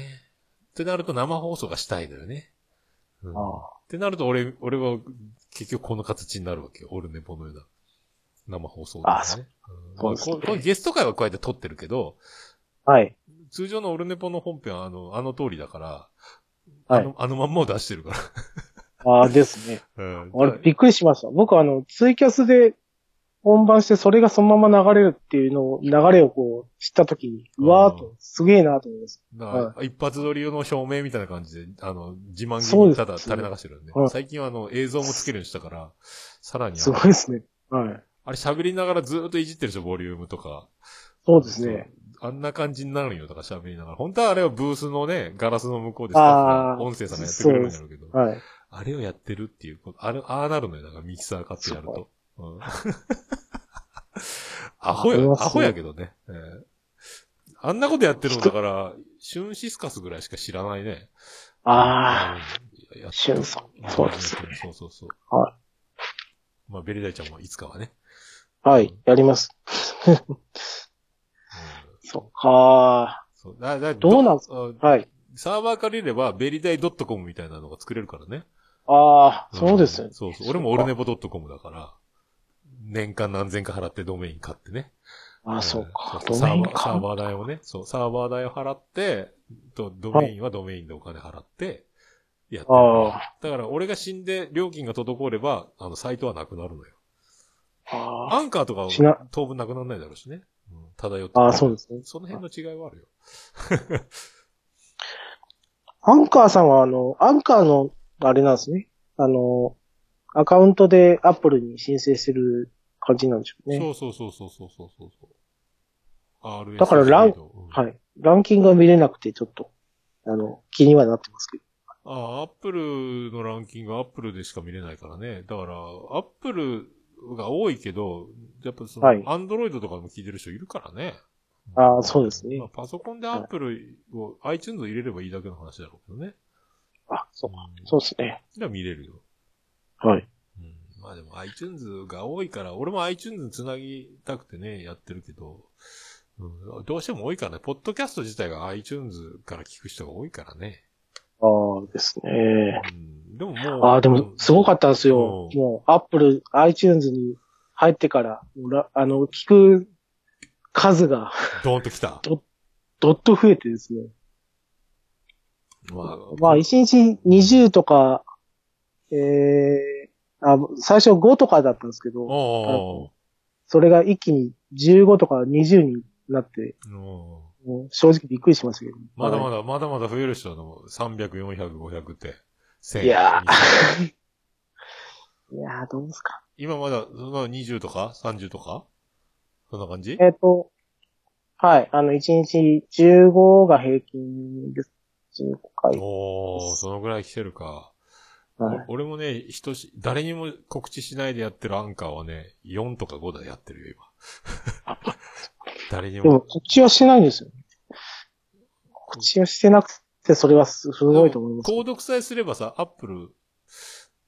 [SPEAKER 1] ってなると生放送がしたいのよね。うん、っ
[SPEAKER 2] ああ
[SPEAKER 1] てなると俺、俺は結局この形になるわけよ。オルネポのような生放送
[SPEAKER 2] あ
[SPEAKER 1] です
[SPEAKER 2] そ
[SPEAKER 1] ね。うん
[SPEAKER 2] そうですね
[SPEAKER 1] まあここれゲスト会はこうやって撮ってるけど、
[SPEAKER 2] はい。
[SPEAKER 1] 通常のオルネポの本編はあの、あの通りだから、
[SPEAKER 2] は
[SPEAKER 1] あ
[SPEAKER 2] い
[SPEAKER 1] のあのまんまを出してるか
[SPEAKER 2] ああですね。
[SPEAKER 1] ら。うん
[SPEAKER 2] あれ、びっくりしました。僕あの、ツイキャスで、本番してそれがそのまま流れるっていうのを、流れをこう、知ったときに、
[SPEAKER 1] うん
[SPEAKER 2] うわーっと、すげえなと思います。
[SPEAKER 1] だから、一発撮りの表明みたいな感じで、あの、自慢
[SPEAKER 2] そ
[SPEAKER 1] げ
[SPEAKER 2] う
[SPEAKER 1] に
[SPEAKER 2] です
[SPEAKER 1] ただ垂れ流してるんで
[SPEAKER 2] う。ん
[SPEAKER 1] 最近はあの、映像もつけるようにしたから、さらにあ
[SPEAKER 2] す
[SPEAKER 1] の
[SPEAKER 2] ごいですね。はい。
[SPEAKER 1] あれ喋りながらずーっといじってるでしょ、ボリュームとか。
[SPEAKER 2] そうですね。
[SPEAKER 1] そう。あんな感じになるんよ、とか喋りながら。本当はあれはブースのね、ガラスの向こうで
[SPEAKER 2] あー
[SPEAKER 1] 音声さんがやってくれるんだろうけど。
[SPEAKER 2] はい。
[SPEAKER 1] あれをやってるっていうこと、あれ、ああなるのよ、だからミキサー買ってやると。うん アホ
[SPEAKER 2] あれ
[SPEAKER 1] や、
[SPEAKER 2] は
[SPEAKER 1] ア
[SPEAKER 2] すごい
[SPEAKER 1] ホやけどね。えーあんなことやってるのだから、シュンシスカスぐらいしか知らないね。
[SPEAKER 2] あ
[SPEAKER 1] うんや
[SPEAKER 2] あ、シュンさん。そうです。
[SPEAKER 1] ね。そうそうそう。
[SPEAKER 2] は
[SPEAKER 1] まあ、ベレダイちゃんもいつかはね。
[SPEAKER 2] い。はい、や ります。
[SPEAKER 1] うん
[SPEAKER 2] そっか
[SPEAKER 1] そうだだ
[SPEAKER 2] どうなんす
[SPEAKER 1] ど
[SPEAKER 2] ー。はい。
[SPEAKER 1] うんサーバー借りれば、ベリダイ .com みたいなのが作れるからね。
[SPEAKER 2] ああ、そうですよ
[SPEAKER 1] ん
[SPEAKER 2] ね。
[SPEAKER 1] そうそう。俺もオルネポ .com だから、年間何千か払ってドメイン買ってね。
[SPEAKER 2] あ
[SPEAKER 1] う
[SPEAKER 2] あ、
[SPEAKER 1] ん
[SPEAKER 2] そうか。
[SPEAKER 1] そ
[SPEAKER 2] ド
[SPEAKER 1] うサー
[SPEAKER 2] メイン
[SPEAKER 1] バー、サー
[SPEAKER 2] か。
[SPEAKER 1] バー代をね、そう、サーバー代を払って、とドメインはドメインでお金払って、やってる
[SPEAKER 2] あ
[SPEAKER 1] だから俺が死んで料金が滞れば、あの、サイトはなくなるのよ。
[SPEAKER 2] あ
[SPEAKER 1] アンカーとかは
[SPEAKER 2] しな
[SPEAKER 1] 当分なくならないだろうしね。うん、漂って
[SPEAKER 2] あ、ああそうですね。
[SPEAKER 1] その辺の違いはあるよ。
[SPEAKER 2] アンカーさんは、あの、アンカーの、あれなんですね。あの、アカウントでアップルに申請する感じなんでしょうね。
[SPEAKER 1] そうそうそうそうそうそうそうそう。RSS
[SPEAKER 2] だからラン
[SPEAKER 1] フィードうん
[SPEAKER 2] はい。ランキングが見れなくて、ちょっと、あの、気にはなってますけど。
[SPEAKER 1] ああ、アップルのランキングはアップルでしか見れないからね。だから、アップルが多いけど、やっぱそ
[SPEAKER 2] はい
[SPEAKER 1] の、アンドロイドとかも聞いてる人いるからね。
[SPEAKER 2] ああそうですね
[SPEAKER 1] まあパソコンでアップルを iTunes を入れればいいだけの話だろうけどね。
[SPEAKER 2] あ、そうか。
[SPEAKER 1] ん
[SPEAKER 2] そうですね。
[SPEAKER 1] じゃあ見れるよ。
[SPEAKER 2] はい。
[SPEAKER 1] うん。まあでも iTunes が多いから、俺も iTunes つなぎたくてね、やってるけど、うん、どうしても多いからね。ポッドキャスト自体が iTunes から聞く人が多いからね。
[SPEAKER 2] ああですね。
[SPEAKER 1] うん。でももう。
[SPEAKER 2] ああ、でも、すごか
[SPEAKER 1] っ
[SPEAKER 2] ったんですよ。
[SPEAKER 1] うん
[SPEAKER 2] もう、アップル、iTunes に入ってから、もうらあの、聞く数が、
[SPEAKER 1] た。ドーンときた。
[SPEAKER 2] どっと増えてですね。
[SPEAKER 1] ま
[SPEAKER 2] まあ、1日20とか、ええあ、最初5とかだったんですけど、
[SPEAKER 1] お
[SPEAKER 2] それが一気に15とか20になって、
[SPEAKER 1] ーおーおー
[SPEAKER 2] もう正直びっくりしましたけど。
[SPEAKER 1] まだま
[SPEAKER 2] だ。
[SPEAKER 1] だ、まだまだ増える人の300、400、500って、1000。
[SPEAKER 2] いやー
[SPEAKER 1] 20
[SPEAKER 2] いやー、どうですか。
[SPEAKER 1] 今まだ、その20とか ?30 とかそんな感じ
[SPEAKER 2] えっ、と、はい、あの、1日15が平均です。15回。
[SPEAKER 1] おー、そのぐらい来てるか。
[SPEAKER 2] はい、
[SPEAKER 1] 俺もね、人し、誰にも告知しないでやってるアンカーはね、4とか5でやってるよ、今。誰に
[SPEAKER 2] でも、
[SPEAKER 1] も。
[SPEAKER 2] こっちはしてないんですよ。こっちはしてなくて、それはすすごいと思います。
[SPEAKER 1] 購読さえすればさ、アップル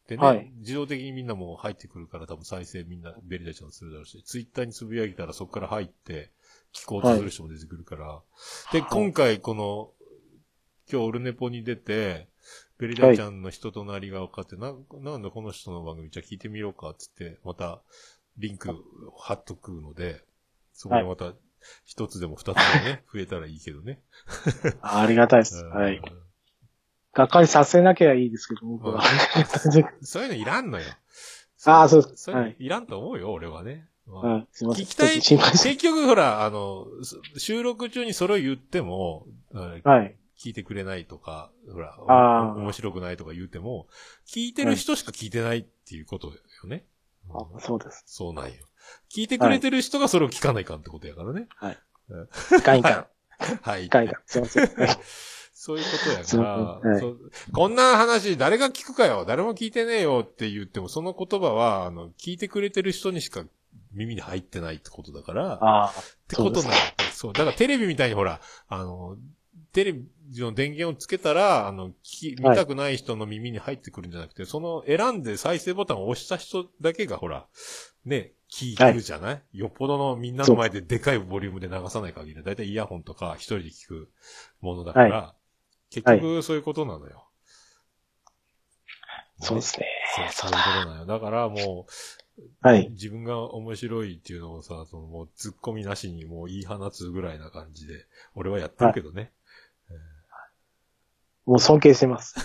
[SPEAKER 1] でね、
[SPEAKER 2] はい
[SPEAKER 1] 自動的にみんなもう入ってくるから多分再生みんなベリダイちゃんするだろうし、ツイッターにつぶやいたらそこから入って聞こうとする人も出てくるから。で、今回この、今日オルネポに出て、ベリダイちゃんの人となりが分かって、な、なんだこの人の番組じゃあ聞いてみようかっつって、またリンクを貼っとくので、そこでまた一つでも二つでもね、増えたらいいけどね。
[SPEAKER 2] あありがたいです。
[SPEAKER 1] うん
[SPEAKER 2] はい。がっかりさせなきゃいいですけど、 僕は。
[SPEAKER 1] そういうのいらんのよ。
[SPEAKER 2] あーそうです
[SPEAKER 1] そういうの
[SPEAKER 2] はい
[SPEAKER 1] いらんと思うよ、俺はね。まあ
[SPEAKER 2] はい、すいません。
[SPEAKER 1] 聞きたい
[SPEAKER 2] ちょっと心配して。
[SPEAKER 1] 結局、ほら、あの、す収録中にそれを言っても、あ
[SPEAKER 2] はい。
[SPEAKER 1] 聞いてくれないとか、ほら、
[SPEAKER 2] あー
[SPEAKER 1] 面白くないとか言っても、聞いてる人しか聞いてないっていうことよね。
[SPEAKER 2] あ
[SPEAKER 1] うん
[SPEAKER 2] そうです。
[SPEAKER 1] そうなんよ。聞いてくれてる人がそれを聞かないかんってことやから ね。
[SPEAKER 2] いかんいかん。
[SPEAKER 1] はい
[SPEAKER 2] い。かんいかん。すいません。 はい
[SPEAKER 1] そういうことや
[SPEAKER 2] すい
[SPEAKER 1] か
[SPEAKER 2] ませ
[SPEAKER 1] ら、
[SPEAKER 2] んはい
[SPEAKER 1] そうこんな話誰が聞くかよ、誰も聞いてねえよって言っても、その言葉は、あの、聞いてくれてる人にしか耳に入ってないってことだから、っ
[SPEAKER 2] ああ、
[SPEAKER 1] てこと
[SPEAKER 2] そ
[SPEAKER 1] な
[SPEAKER 2] う
[SPEAKER 1] の。そう。だからテレビみたいにほら、あの、テレビの電源をつけたら、あの、聞き見たくない人の耳に入ってくるんじゃなくて、その選んで再生ボタンを押した人だけがほら、ね、聞くじゃない、よっぽどのみんなの前ででかいボリュームで流さない限りは、だいたいイヤホンとか一人で聞くものだから、結局そういうことなのよ。
[SPEAKER 2] そうですね。
[SPEAKER 1] そうそういうことなのよ。だからもう、
[SPEAKER 2] はい。
[SPEAKER 1] 自分が面白いっていうのをさ、そのもう突っ込みなしにもう言い放つぐらいな感じで、俺はやってるけどね。
[SPEAKER 2] もう尊敬してます。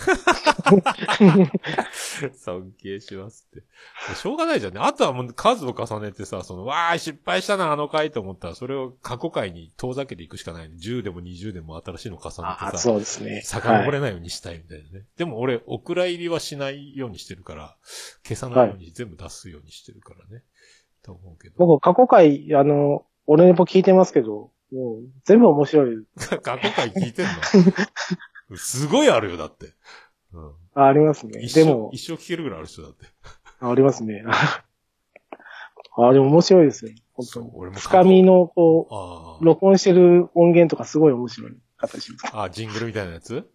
[SPEAKER 1] 尊敬しますって。しょうがないじゃんね。あとはもう数を重ねてさ、その、わーい、失敗したな、あの回と思ったら、それを過去回に遠ざけていくしかない、ね。10でも20でも新しいのを重ね
[SPEAKER 2] あ
[SPEAKER 1] てさ、
[SPEAKER 2] そうですね。
[SPEAKER 1] 遡
[SPEAKER 2] は
[SPEAKER 1] れ
[SPEAKER 2] い
[SPEAKER 1] ないようにしたいみたいなね。でも俺、お蔵入りはしないようにしてるから、消さないように全部出すようにしてるからね。と思うけど。
[SPEAKER 2] 僕、過去回、あの、俺のポ聞いてますけど、もう全部面白い。
[SPEAKER 1] 過去回聞いてん のすごいあるよ、だって。うん。
[SPEAKER 2] あありますね。
[SPEAKER 1] 一
[SPEAKER 2] で
[SPEAKER 1] 生、
[SPEAKER 2] も、
[SPEAKER 1] 一生聞けるぐらいある人だって。
[SPEAKER 2] あありますね。 あ、でも面白いですよ。本当
[SPEAKER 1] そう
[SPEAKER 2] に。
[SPEAKER 1] 俺も過去
[SPEAKER 2] 深みの、こ
[SPEAKER 1] あ
[SPEAKER 2] う、録音してる音源とかすごい面白い形です。
[SPEAKER 1] あ。あ、ジングルみたいなやつ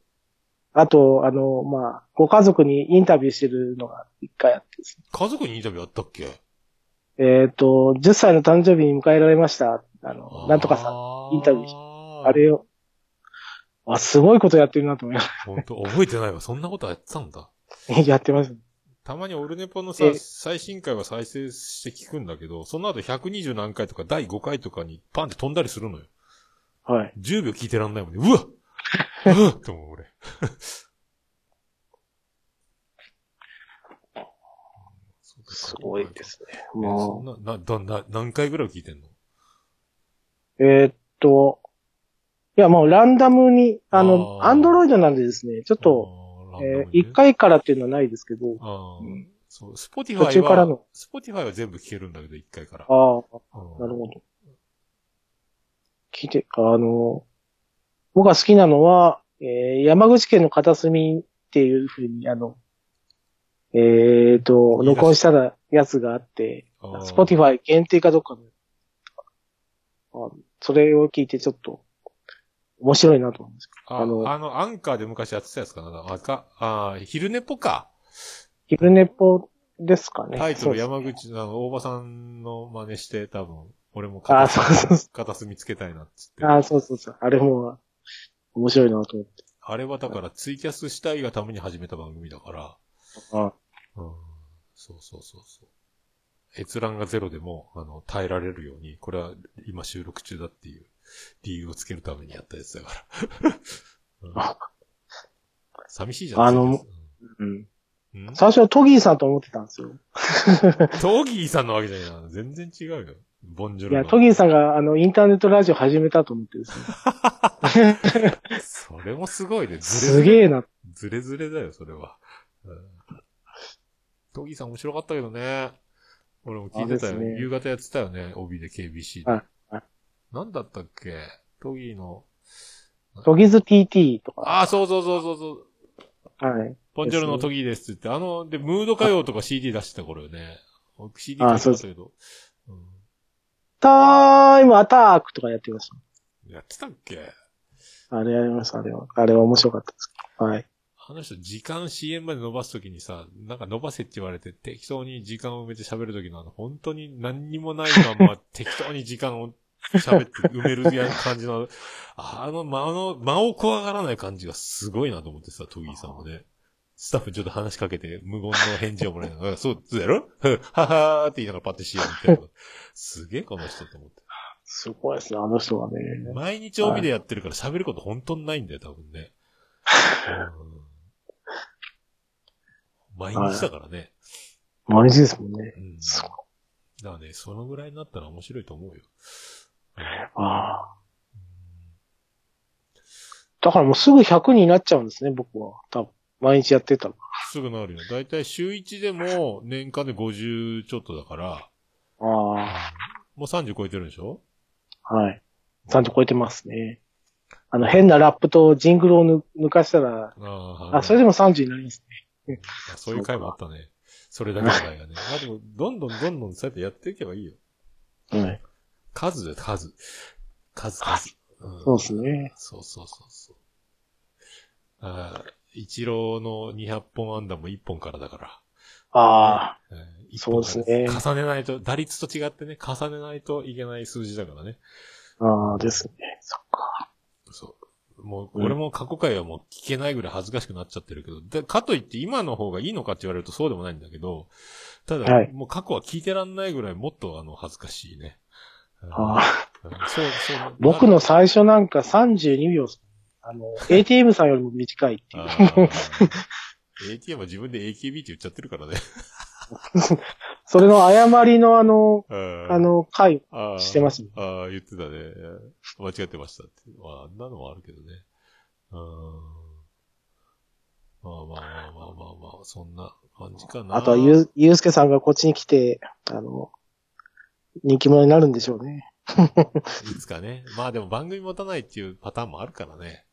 [SPEAKER 2] あと、あの、まあ、ご家族にインタビューしてるのが一回あってですね
[SPEAKER 1] 家族にインタビューあったっけ
[SPEAKER 2] えっ、と、10歳の誕生日に迎えられました。あの、なんとかさ
[SPEAKER 1] さ
[SPEAKER 2] インタビューし
[SPEAKER 1] ー
[SPEAKER 2] ん。あれを。あ、すごいことやってるなと思いまし
[SPEAKER 1] 本当覚えてないわ。そんなことやってたんだ。
[SPEAKER 2] た。やってます。
[SPEAKER 1] たまにオルネポのさ
[SPEAKER 2] え、
[SPEAKER 1] 最新回は再生して聞くんだけど、その後120何回とか第5回とかにパンって飛んだりするのよ。
[SPEAKER 2] はい。
[SPEAKER 1] 10秒聞いてらんないもんね。うわっうわっって思う、俺。
[SPEAKER 2] すごいで。すね。
[SPEAKER 1] えそん
[SPEAKER 2] も
[SPEAKER 1] な、な、どんな、何回ぐらい聞いてんの
[SPEAKER 2] う、えーっと、いや、もうランダムに、あの、
[SPEAKER 1] あー
[SPEAKER 2] アンドロイドなんでですね、ちょっと、
[SPEAKER 1] あー、ランダム
[SPEAKER 2] え
[SPEAKER 1] にね
[SPEAKER 2] 1。回からっていうのはないですけど、
[SPEAKER 1] ああ
[SPEAKER 2] うん
[SPEAKER 1] そう、スポティファイは、
[SPEAKER 2] 途中からの
[SPEAKER 1] スポティファイは全部聞けるんだけど、1回から。
[SPEAKER 2] あ
[SPEAKER 1] う
[SPEAKER 2] あ、
[SPEAKER 1] ん
[SPEAKER 2] なるほど。聞いて、あの、僕が好きなのは、えー山口県の片隅っていうふうに、あの、えーっと、
[SPEAKER 1] いいらしい
[SPEAKER 2] 録音したらやつがあって、
[SPEAKER 1] あー
[SPEAKER 2] スポティファイ限定かどっかの、あそれを聞いてちょっと、面白いなと思うんですけ
[SPEAKER 1] あ
[SPEAKER 2] あの
[SPEAKER 1] の、あの、アンカーで昔やってたやつかなあか、あー昼寝ぽか。
[SPEAKER 2] ど、昼寝ぽですかね。
[SPEAKER 1] タイト
[SPEAKER 2] そう
[SPEAKER 1] ル
[SPEAKER 2] です
[SPEAKER 1] 山口のあの大場さんの真似して、多分、俺も
[SPEAKER 2] あ
[SPEAKER 1] 片
[SPEAKER 2] ーそうそうそ
[SPEAKER 1] 隅片隅つけたいなっつって。
[SPEAKER 2] ああ、そうそうそう。あれも、面白いなと思って。
[SPEAKER 1] あれはだからツイキャスしたいがために始めた番組だから。
[SPEAKER 2] あ
[SPEAKER 1] うん。そうそうそうそう。閲覧がゼロでも、あの、耐えられるように、これは今収録中だっていう理由をつけるためにやったやつだから。うん
[SPEAKER 2] あ
[SPEAKER 1] 寂しいじゃん。
[SPEAKER 2] あの
[SPEAKER 1] ツイキャ
[SPEAKER 2] うん。
[SPEAKER 1] ス、うん
[SPEAKER 2] 最初はトギーさんと思ってたんですよ。
[SPEAKER 1] トギーさんのわけじゃないな。全然違うよ。ボンジョ
[SPEAKER 2] い
[SPEAKER 1] ル
[SPEAKER 2] や、
[SPEAKER 1] ノ。
[SPEAKER 2] トギーさんが、あの、インターネットラジオ始めたと思ってですね。
[SPEAKER 1] それもすごいね。
[SPEAKER 2] す
[SPEAKER 1] ずれ
[SPEAKER 2] げえな。
[SPEAKER 1] ずれ、ずれずれだよ、それは。うんトギーさん面白かったけどね。俺も聞いてた
[SPEAKER 2] あ
[SPEAKER 1] よ。
[SPEAKER 2] ですね
[SPEAKER 1] 夕方やってたよね。帯で KBC で。
[SPEAKER 2] はいはい
[SPEAKER 1] なんだったっけトギーの。
[SPEAKER 2] トギーズ TT とか。
[SPEAKER 1] ああ、そうそうそうそうそう。
[SPEAKER 2] はい。
[SPEAKER 1] ボンジョルのトギーですって言って、あの、で、ムード歌謡とか CD 出してた頃よね。僕 CD 出してたけど。うん
[SPEAKER 2] タイムアタックとかやってまし
[SPEAKER 1] やってたっけ
[SPEAKER 2] た。あれやりました、あれは。あれは面白かったです。はい。
[SPEAKER 1] あの人、時間 CM まで伸ばすときにさ、なんか伸ばせって言われて、適当に時間を埋めて喋るときの、あの、本当に何にもないまんま、適当に時間を喋って埋めるや感じの、あの、間の、間を怖がらない感じがすごいなと思ってさ、トギーさんもね。スタッフにちょっと話しかけて、無言の返事をもらいながら、そう、そうやろ ふははーって言いながらパッて CM 見てる。すげえ、この人と思って。
[SPEAKER 2] すごいですね、あの人はね。
[SPEAKER 1] 毎日帯でやってるから喋ること本当にないんだよ、多分ね。うん毎日だからね。
[SPEAKER 2] 毎日ですもんね。
[SPEAKER 1] うん。
[SPEAKER 2] すごい。
[SPEAKER 1] だからね、そのぐらいになったら面白いと思うよ。
[SPEAKER 2] ああ。だからもうすぐ100になっちゃうんですね、僕は。多分。毎日やってたら。
[SPEAKER 1] すぐなるよ。だいたい週1でも年間で50ちょっとだから、
[SPEAKER 2] あ
[SPEAKER 1] もう30超えてるんでしょ
[SPEAKER 2] あ。はい。ちゃんと超えてますね。あの、変なラップとジングルをぬ抜かしたら、
[SPEAKER 1] あー
[SPEAKER 2] あ、それでも30になりますね。
[SPEAKER 1] あそういう回もあったね。それだけの回 がね。まあでも、どんどんどんどんそうやってやっていけばいいよ。
[SPEAKER 2] はい。
[SPEAKER 1] 数だよ、数。数、数。うん
[SPEAKER 2] そうですね。
[SPEAKER 1] そうそうそうそう。あー一郎の200本安打も1本からだから。
[SPEAKER 2] ああ、
[SPEAKER 1] えー一
[SPEAKER 2] そう
[SPEAKER 1] 本
[SPEAKER 2] です
[SPEAKER 1] か
[SPEAKER 2] ね
[SPEAKER 1] ら重ねないと、打率と違ってね、重ねないといけない数字だからね。
[SPEAKER 2] ああですね。そっか。
[SPEAKER 1] そう。もう、
[SPEAKER 2] うん
[SPEAKER 1] 俺も過去回はもう聞けないぐらい恥ずかしくなっちゃってるけど、でかといって今の方がいいのかって言われるとそうでもないんだけど、ただ、
[SPEAKER 2] はい
[SPEAKER 1] もう過去は聞いてらんないぐらいもっとあの、恥ずかしいね。うん
[SPEAKER 2] ああ
[SPEAKER 1] うんそう、そう。
[SPEAKER 2] 僕の最初なんか32秒、あの、ATM さんよりも短いってい
[SPEAKER 1] あ
[SPEAKER 2] う。
[SPEAKER 1] ー ATM は自分で AKB って言っちゃってるからね。
[SPEAKER 2] それの誤りのあの、あ
[SPEAKER 1] あ、
[SPEAKER 2] の、回
[SPEAKER 1] あー
[SPEAKER 2] してますね。
[SPEAKER 1] ああ、言ってたね。間違ってましたって。まあ、あんなのもあるけどね。うーん。まあまあまあまあまあまあ、そんな感じかな。
[SPEAKER 2] あとはゆう、ゆうすけさんがこっちに来て、あの、人気者になるんでしょうね。
[SPEAKER 1] いつかね。まあでも番組持たないっていうパターンもあるからね。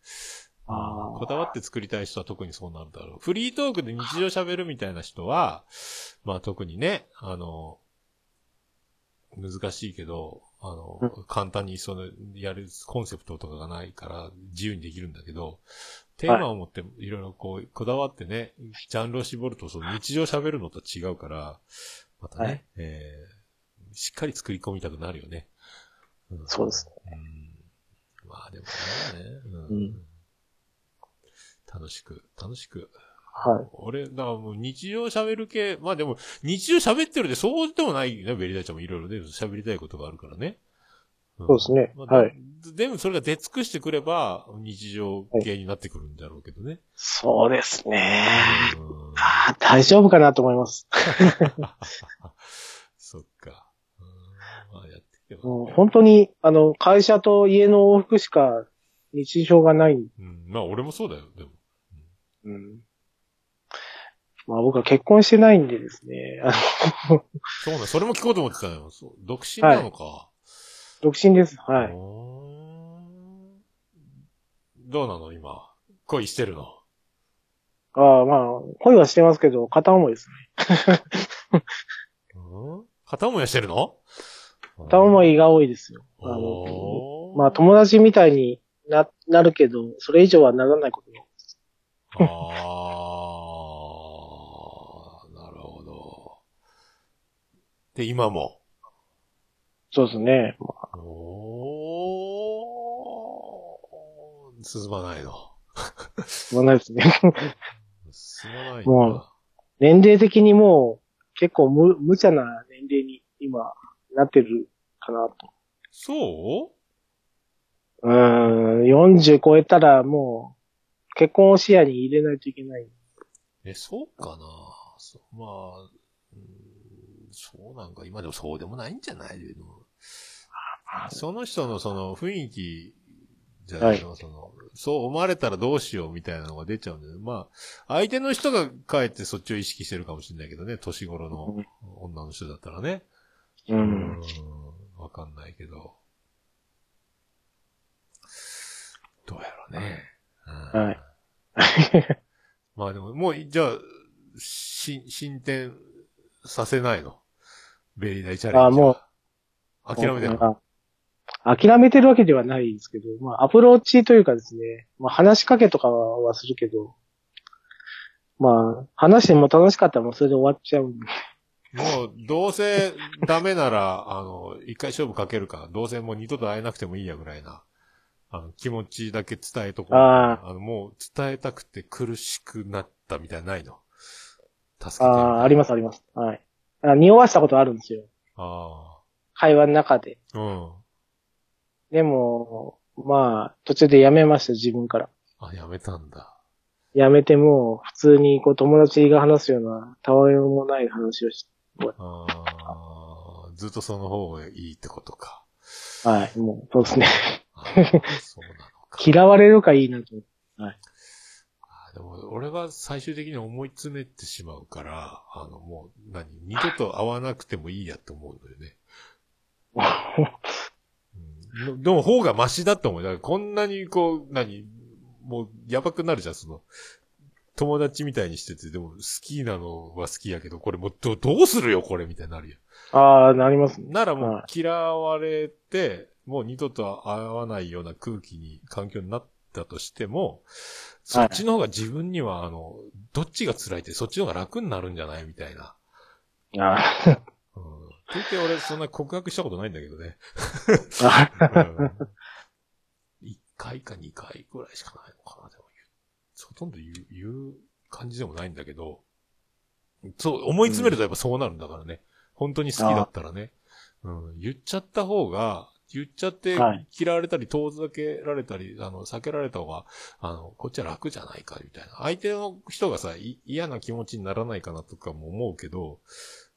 [SPEAKER 2] あー
[SPEAKER 1] こだわって作りたい人は特にそうなるだろう。フリートークで日常喋るみたいな人は、まあ特にね、あの、難しいけど、あの、簡単にその、やるコンセプトとかがないから自由にできるんだけど、テーマを持っていろいろこう、こだわってね、ジャンルを絞るとその日常喋るのと違うから、またね、
[SPEAKER 2] はい
[SPEAKER 1] えーしっかり作り込みたくなるよね。ん
[SPEAKER 2] そうです
[SPEAKER 1] うんまあでもね、
[SPEAKER 2] う
[SPEAKER 1] うん
[SPEAKER 2] ん、
[SPEAKER 1] 楽しく、楽しく。
[SPEAKER 2] はい。
[SPEAKER 1] 俺、だからもう日常喋る系、まあでも、日常喋ってるでそうでもないよね、ベリダイちゃんもいろいろね、喋りたいことがあるからね。そ
[SPEAKER 2] そうですねはい。
[SPEAKER 1] でもそれが出尽くしてくれば、日常系になってくるんだろうけどね。
[SPEAKER 2] そうですね。
[SPEAKER 1] うん
[SPEAKER 2] あー大丈夫かなと思います。
[SPEAKER 1] そっか。うんまあやっていけば。
[SPEAKER 2] もう本当に、あの、会社と家の往復しか日常がない。
[SPEAKER 1] うん、まあ俺もそうだよ、でも。
[SPEAKER 2] うん。まあ僕は結婚してないんでですね、あの
[SPEAKER 1] そうね、それも聞こうと思ってたのよ。そう独身なのか。
[SPEAKER 2] 独身です。は
[SPEAKER 1] うー
[SPEAKER 2] い。
[SPEAKER 1] んどうなの今。恋してるの。
[SPEAKER 2] ああ、まあ、恋はしてますけど、片思いですね。
[SPEAKER 1] うん片思いはしてるの
[SPEAKER 2] 片思
[SPEAKER 1] い。
[SPEAKER 2] いが多いですよ。あの
[SPEAKER 1] おー
[SPEAKER 2] まあ友達みたいにな、なるけど、それ以上はならないことも。
[SPEAKER 1] あーなるほど。で、今も。
[SPEAKER 2] そうですね。
[SPEAKER 1] おー進まないの。
[SPEAKER 2] まあないですね。
[SPEAKER 1] 進まないんだ
[SPEAKER 2] もう年齢的にもう、結構む、無茶な年齢に今、なってるかなと。
[SPEAKER 1] そう
[SPEAKER 2] うーん、40超えたらもう、結婚を視野に入れないといけない。
[SPEAKER 1] え、そうかなそうまあ、うん、そうなんか、今でもそうでもないんじゃないでもその人のその雰囲気じゃないの、その、そう思われたらどうしようみたいなのが出ちゃうんだよね。まあ、相手の人がかえってそっちを意識してるかもしれないけどね、年頃の女の人だったらね。
[SPEAKER 2] う
[SPEAKER 1] う。んわかんないけど。どうやろうね。うん
[SPEAKER 2] はい。
[SPEAKER 1] まあでも、もう、じゃあ、し、進展させないの。ベリーダイチャレンジは。
[SPEAKER 2] あもう
[SPEAKER 1] 諦めてる。
[SPEAKER 2] まあ諦めてるわけではないですけど、まあ、アプローチというかですね、まあ、話しかけとかはするけど、まあ、話しても楽しかったらもうそれで終わっちゃうんで。
[SPEAKER 1] もう、どうせダメなら、 あの、一回勝負かけるから、どうせもう二度と会えなくてもいいやぐらいな、あの、気持ちだけ伝えとこう。
[SPEAKER 2] あ
[SPEAKER 1] の、もう伝えたくて苦しくなったみたいなのないの。助
[SPEAKER 2] あ
[SPEAKER 1] けて。。
[SPEAKER 2] あ、ありますすあります。はい。あ匂わしたことあるんですよ。
[SPEAKER 1] あ
[SPEAKER 2] 会話の中で。
[SPEAKER 1] あ。うん。
[SPEAKER 2] でも、まあ、途中でやめました、自分から。
[SPEAKER 1] あ、やめたんだ。
[SPEAKER 2] やめても、普通にこう友達が話すような、たわいもない話をし
[SPEAKER 1] ああ。ずっとその方がいいってことか。
[SPEAKER 2] て、はい、もう、そうですね。
[SPEAKER 1] あーそうなのか。
[SPEAKER 2] 嫌われるかいいなと思って。
[SPEAKER 1] あでも、俺は最終的に思い詰めてしまうから、あの、もう、何、二度と会わなくてもいいやって思うのよね。うん、ででも、方がマシだと思う。だからこんなにこう、何、もう、やばくなるじゃん、その、友達みたいにしてて、でも、好きなのは好きやけど、これもう、どどうするよ、これ、みたいになるよ。
[SPEAKER 2] ああ、なりますね。
[SPEAKER 1] ならも
[SPEAKER 2] は
[SPEAKER 1] う嫌われて、もう二度と会わないような空気に、環境になったとしても、そっちの方が自分には、あの、どっちが辛いって、そっちの方が楽になるんじゃないみたいな。
[SPEAKER 2] あ
[SPEAKER 1] うん。って言って俺そんな告白したことないんだけどね。
[SPEAKER 2] ーあー、
[SPEAKER 1] うん、1回か2回ぐらいしかないのかな、でも言うほとんど言う、言う感じでもないんだけど、そう、思い詰めるとやっぱそうなるんだからね。本当に好きだったらね。うん、言っちゃった方が、言っちゃって
[SPEAKER 2] はい、
[SPEAKER 1] 嫌われたり、遠ざけられたり、あの、避けられた方が、あの、こっちは楽じゃないか、みたいな。相手の人がさ、い嫌な気持ちにならないかなとかも思うけど、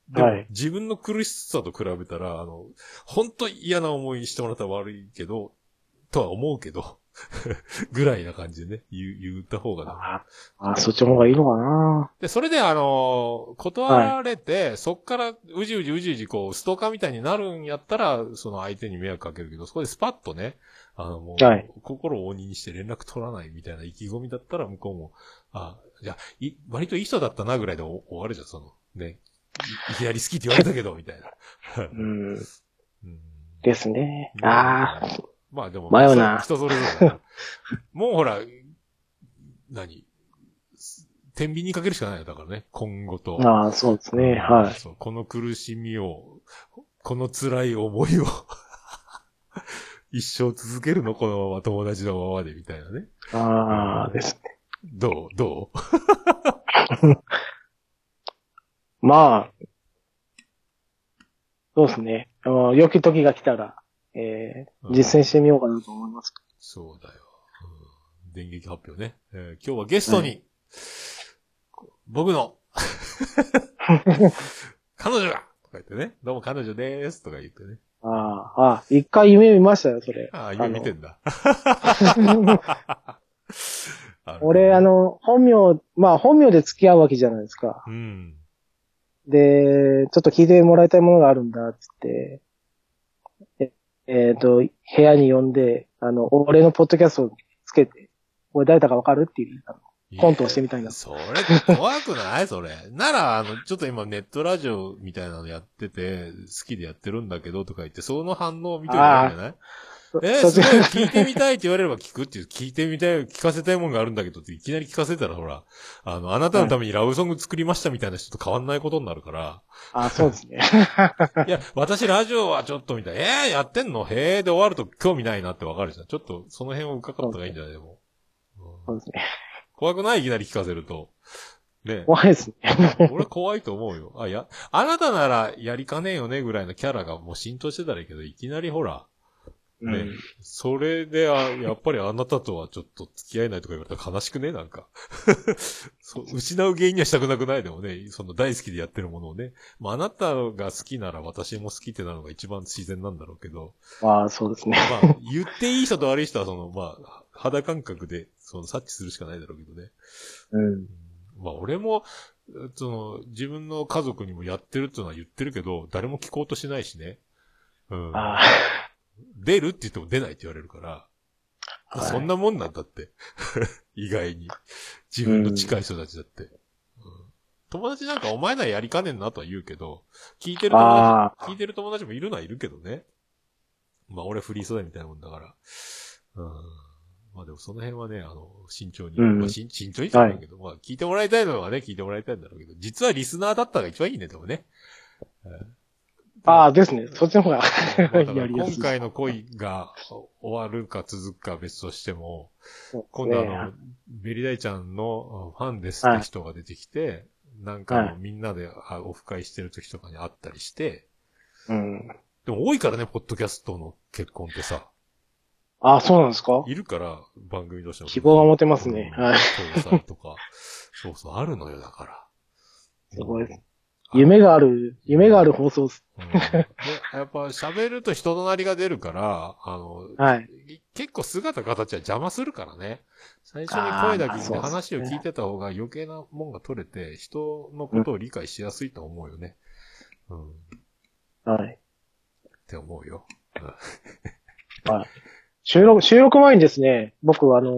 [SPEAKER 1] でも
[SPEAKER 2] はい
[SPEAKER 1] 自分の苦しさと比べたら、あの、本当嫌な思いしてもらったら悪いけど、とは思うけど、 ぐらいな感じでね、言う言った方がね、
[SPEAKER 2] ああ、そっちの方がいいのかな
[SPEAKER 1] で、それで、あのー断られて、そっから、うじうじうじうじ、こう、ストーカーみたいになるんやったら、その相手に迷惑かけるけど、そこでスパッとね、あの、もう、
[SPEAKER 2] はい
[SPEAKER 1] 心を鬼にして連絡取らないみたいな意気込みだったら、向こうも、あ、いや、い、割といい人だったな、ぐらいでお終わるじゃん、その、ね。いいきなり好きって言われたけど、みたいな。
[SPEAKER 2] う
[SPEAKER 1] う
[SPEAKER 2] ん。
[SPEAKER 1] ん
[SPEAKER 2] ですね。ああ、。
[SPEAKER 1] まあでも、
[SPEAKER 2] 迷うな
[SPEAKER 1] 人それぞれだ から。もうほら、何天秤にかけるしかないよ、だからね。今後と。
[SPEAKER 2] ああ、そうですね。は
[SPEAKER 1] そう。この苦しみを、この辛い思いを、一生続けるのこのまま友達のままでみたいなね。
[SPEAKER 2] い。ああ、ですね。
[SPEAKER 1] どうどう
[SPEAKER 2] まあ、そうですね。あの良き時が来たら、えー実践してみようかなと思います。
[SPEAKER 1] そうだよ。うん電撃発表ね、えー今日はゲストに、僕の、彼女がとか言ってね、どうも彼女でーすとか言ってね。
[SPEAKER 2] ああ、ああ、一回夢見ましたよ、そ れ。
[SPEAKER 1] ああ、今見てんだ。 るほど
[SPEAKER 2] 俺、あ、の、本名、まあ本名で付き合うわけじゃないですか。
[SPEAKER 1] うん。
[SPEAKER 2] で、ちょっと聞いてもらいたいものがあるんだ、つって。ええっ、と、部屋に呼んで、あの、俺のポッドキャストをつけて、俺誰だかわかるっていう、あのコントをしてみたいな。
[SPEAKER 1] それ、怖くないそれ。なら、あの、ちょっと今ネットラジオみたいなのやってて、好きでやってるんだけどとか言って、その反応を見てるんじゃない
[SPEAKER 2] そ
[SPEAKER 1] えー
[SPEAKER 2] そっ
[SPEAKER 1] す
[SPEAKER 2] ち
[SPEAKER 1] ごい、聞いてみたいって言われれば聞くっていう、聞いてみたい、聞かせたいもんがあるんだけどって、いきなり聞かせたら、ほら、あの、あなたのためにラブソング作りましたみたいな人と変わんないことになる から、
[SPEAKER 2] あ、そうですね。
[SPEAKER 1] いや、私ラジオはちょっとみたいな、えー、やってんのへーで終わると興味ないなってわかるじゃん。ちょっと、その辺を伺った方がいいんじゃないでも。う
[SPEAKER 2] そ
[SPEAKER 1] ん
[SPEAKER 2] うですね。
[SPEAKER 1] 怖くないいきなり聞かせると。ね。
[SPEAKER 2] 怖いですね。
[SPEAKER 1] 俺怖いと思うよ。あ、や、あなたならやりかねえよねぐらいのキャラがもう浸透してたらいいけど、いきなりほら、
[SPEAKER 2] う
[SPEAKER 1] ね、
[SPEAKER 2] ん
[SPEAKER 1] それで、あ、やっぱりあなたとはちょっと付き合えないとか言われたら悲しくねなんか。 そう、失う原因にはしたくなくないでもね、その大好きでやってるものをね。まあ、あなたが好きなら私も好きってなるのが一番自然なんだろうけど、
[SPEAKER 2] まあ、そうですね。
[SPEAKER 1] まあ、言っていい人と悪い人はその、まあ、肌感覚で、その察知するしかないだろうけどね。
[SPEAKER 2] うん。
[SPEAKER 1] まあ俺も、うその、自分の家族にもやってるっていうのは言ってるけど、誰も聞こうとしないしね。うん。
[SPEAKER 2] ああ、
[SPEAKER 1] 出るって言っても出ないって言われるから、
[SPEAKER 2] はい
[SPEAKER 1] そんなもんなんだって。 意外に。自分の近い人たちだって。うん友達なんかお前ならやりかねんなとは言うけど、聞いてる友
[SPEAKER 2] あ
[SPEAKER 1] 達、聞いてる友達もいるのはいるけどね。まあ俺フリー素材みたいなもんだから。うん。まあでもその辺はね、あの、慎重に。
[SPEAKER 2] うん
[SPEAKER 1] まあ慎慎重にって言うんだけど、まあ聞いてもらいたいのはね、聞いてもらいたいんだろうけど、実はリスナーだったのが一番いいね、でもね。
[SPEAKER 2] ああ、ですね。そっちの方が
[SPEAKER 1] だから
[SPEAKER 2] やりや
[SPEAKER 1] 今
[SPEAKER 2] すい。
[SPEAKER 1] 回の恋が終わるか続くかは別としても、
[SPEAKER 2] そう
[SPEAKER 1] 今
[SPEAKER 2] で
[SPEAKER 1] 度
[SPEAKER 2] す
[SPEAKER 1] あ
[SPEAKER 2] ね
[SPEAKER 1] の、ベリダイちゃんのあファンですって人が出てきて、なんかあの
[SPEAKER 2] は
[SPEAKER 1] みんなであオフ会してる時とかに会ったりして、
[SPEAKER 2] うん。
[SPEAKER 1] でも多いからね、ポッドキャストの結婚ってさ、
[SPEAKER 2] ああ、そうなんですか
[SPEAKER 1] いるから番組としても。
[SPEAKER 2] 希望が持てますね
[SPEAKER 1] うん
[SPEAKER 2] はい
[SPEAKER 1] 調査とか、そうそう、あるのよ、だから。
[SPEAKER 2] すごい
[SPEAKER 1] うん。
[SPEAKER 2] 夢がある、夢がある放送っす。
[SPEAKER 1] うんでやっぱ喋ると人となりが出るから、あの、
[SPEAKER 2] はい。
[SPEAKER 1] 結構姿形は邪魔するからね。最初に声だけ
[SPEAKER 2] あー
[SPEAKER 1] 聞いて
[SPEAKER 2] そうっすね
[SPEAKER 1] 話を聞いてた方が余計なもんが取れて、人のことを理解しやすいと思うよね。うん。っ
[SPEAKER 2] はい。
[SPEAKER 1] て思うよ。
[SPEAKER 2] 収録、収録前にですね、僕はあの、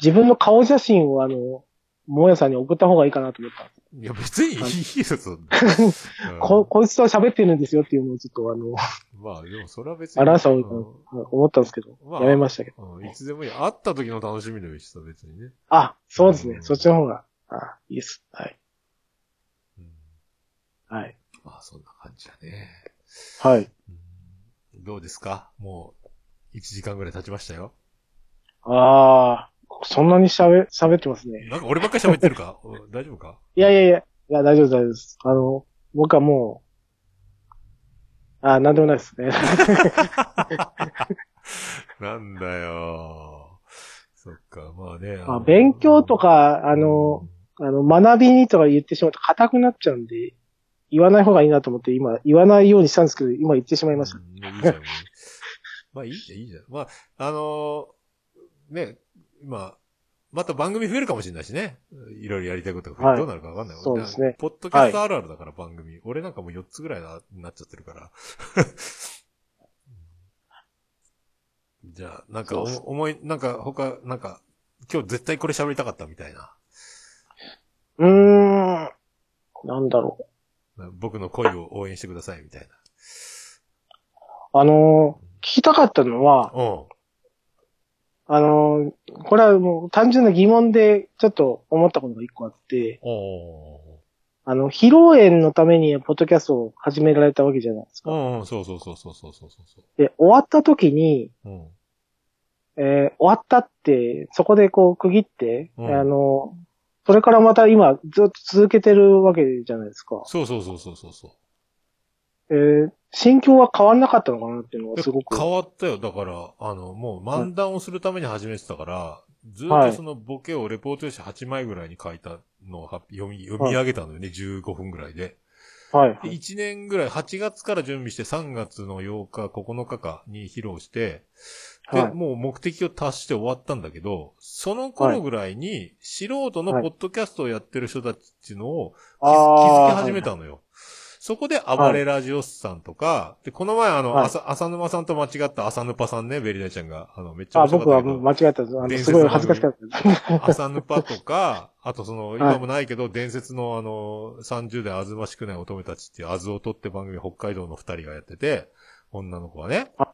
[SPEAKER 2] 自分の顔写真をあの、もやさんに送った方がいいかなと思ったんです。
[SPEAKER 1] いや、別にいいよ、そ んな。うん
[SPEAKER 2] こ、こいつと喋ってるんですよっていうのをちょっとあの、
[SPEAKER 1] まあ、でもそれは別に。
[SPEAKER 2] 表した方がいいか
[SPEAKER 1] うん
[SPEAKER 2] なと思ったんですけど、
[SPEAKER 1] まあ
[SPEAKER 2] やめましたけど。
[SPEAKER 1] うんいつでもいい。会った時の楽しみでもいいしさ、別にね。
[SPEAKER 2] あ、そうですね
[SPEAKER 1] う。ん
[SPEAKER 2] そっちの方が、あ、いいです。はい。
[SPEAKER 1] うん
[SPEAKER 2] はい。
[SPEAKER 1] まあ、そんな感じだね。
[SPEAKER 2] はい。
[SPEAKER 1] うんどうですかもう、1時間ぐらい経ちましたよ。
[SPEAKER 2] ああ、そんなに喋、喋ってますね。
[SPEAKER 1] なんか俺ばっかり喋ってるかお大丈夫か
[SPEAKER 2] いやいやいや、いや、大丈夫です大丈夫です。あの、僕はもう、あ、なんでもないですね。
[SPEAKER 1] なんだよ。そっか、まあね。
[SPEAKER 2] まあ、勉強と
[SPEAKER 1] か、
[SPEAKER 2] か、あの、あの、学びにとか言ってしまうと硬くなっちゃうんで、言わない方がいいなと思って今、言わないようにしたんですけど、今言ってしまいました。
[SPEAKER 1] うんいいじゃん。まあいいじゃん、いいじゃん。まあ、あのーね、今、また番組増えるかもしれないしね。いろいろやりたいことが増えて、
[SPEAKER 2] はい
[SPEAKER 1] どうなるかわかんない。
[SPEAKER 2] そうですね
[SPEAKER 1] だからポッドキャストあるあるだから番組。俺なんかもう4つぐらいななっちゃってるから。じゃあ、なんかお
[SPEAKER 2] そうっす
[SPEAKER 1] 思い、なんか他、なんか、今日絶対これ喋りたかったみたいな。
[SPEAKER 2] うーん。なんだろ
[SPEAKER 1] 僕の恋を応援してくださいみたいな。
[SPEAKER 2] う。あの、聞きたかったのは、
[SPEAKER 1] うん。
[SPEAKER 2] あの、これはもう単純な疑問でちょっと思ったことが一個あって、
[SPEAKER 1] お
[SPEAKER 2] あの、披露宴のためにポッドキャストを始められたわけじゃないです
[SPEAKER 1] ー。
[SPEAKER 2] か。
[SPEAKER 1] うん、うんそうそうそうそうそうそうそ
[SPEAKER 2] で、終わった時に、
[SPEAKER 1] う。うん。
[SPEAKER 2] えー終わったって、そこでこう区切って、
[SPEAKER 1] うん
[SPEAKER 2] あの、それからまた今ずっと続けてるわけじゃないですか。
[SPEAKER 1] そうそうそうそうそうそう。
[SPEAKER 2] えー心境は変わんなかったのかなっていうのがすごく。
[SPEAKER 1] 変わったよ。だから、あの、もう漫談をするために始めてたから、ずっとそのボケをレポート用紙8枚ぐらいに書いたのを発表読み、読み上げたのよね、15分ぐらいで。
[SPEAKER 2] はい
[SPEAKER 1] で、。1年ぐらい、8月から準備して3月の8日、9日かに披露して、で、
[SPEAKER 2] はい
[SPEAKER 1] もう目的を達して終わったんだけど、その頃ぐらいに、素人のポッドキャストをやってる人たちっていうのを、気づき始め
[SPEAKER 2] あ
[SPEAKER 1] たのよ。そこで暴れラジオスさんとか、で、この前あの、
[SPEAKER 2] はい
[SPEAKER 1] 浅浅沼さんと間違った浅沼さんね、ベリダちゃんが、あの、めっち
[SPEAKER 2] ー。
[SPEAKER 1] ゃ
[SPEAKER 2] あ、
[SPEAKER 1] 面白
[SPEAKER 2] 僕
[SPEAKER 1] かっ
[SPEAKER 2] は
[SPEAKER 1] たけ
[SPEAKER 2] もう
[SPEAKER 1] ど、
[SPEAKER 2] 間違えた。あの、
[SPEAKER 1] 伝
[SPEAKER 2] す
[SPEAKER 1] 説
[SPEAKER 2] ごい
[SPEAKER 1] の
[SPEAKER 2] 恥ずかしかった。
[SPEAKER 1] 浅沼とか、 あとその、
[SPEAKER 2] い
[SPEAKER 1] 今もないけど、伝説のあの、30代あずましくない乙女たちっていうあずを取って番組北海道の二人がやってて、女の子はね
[SPEAKER 2] あ。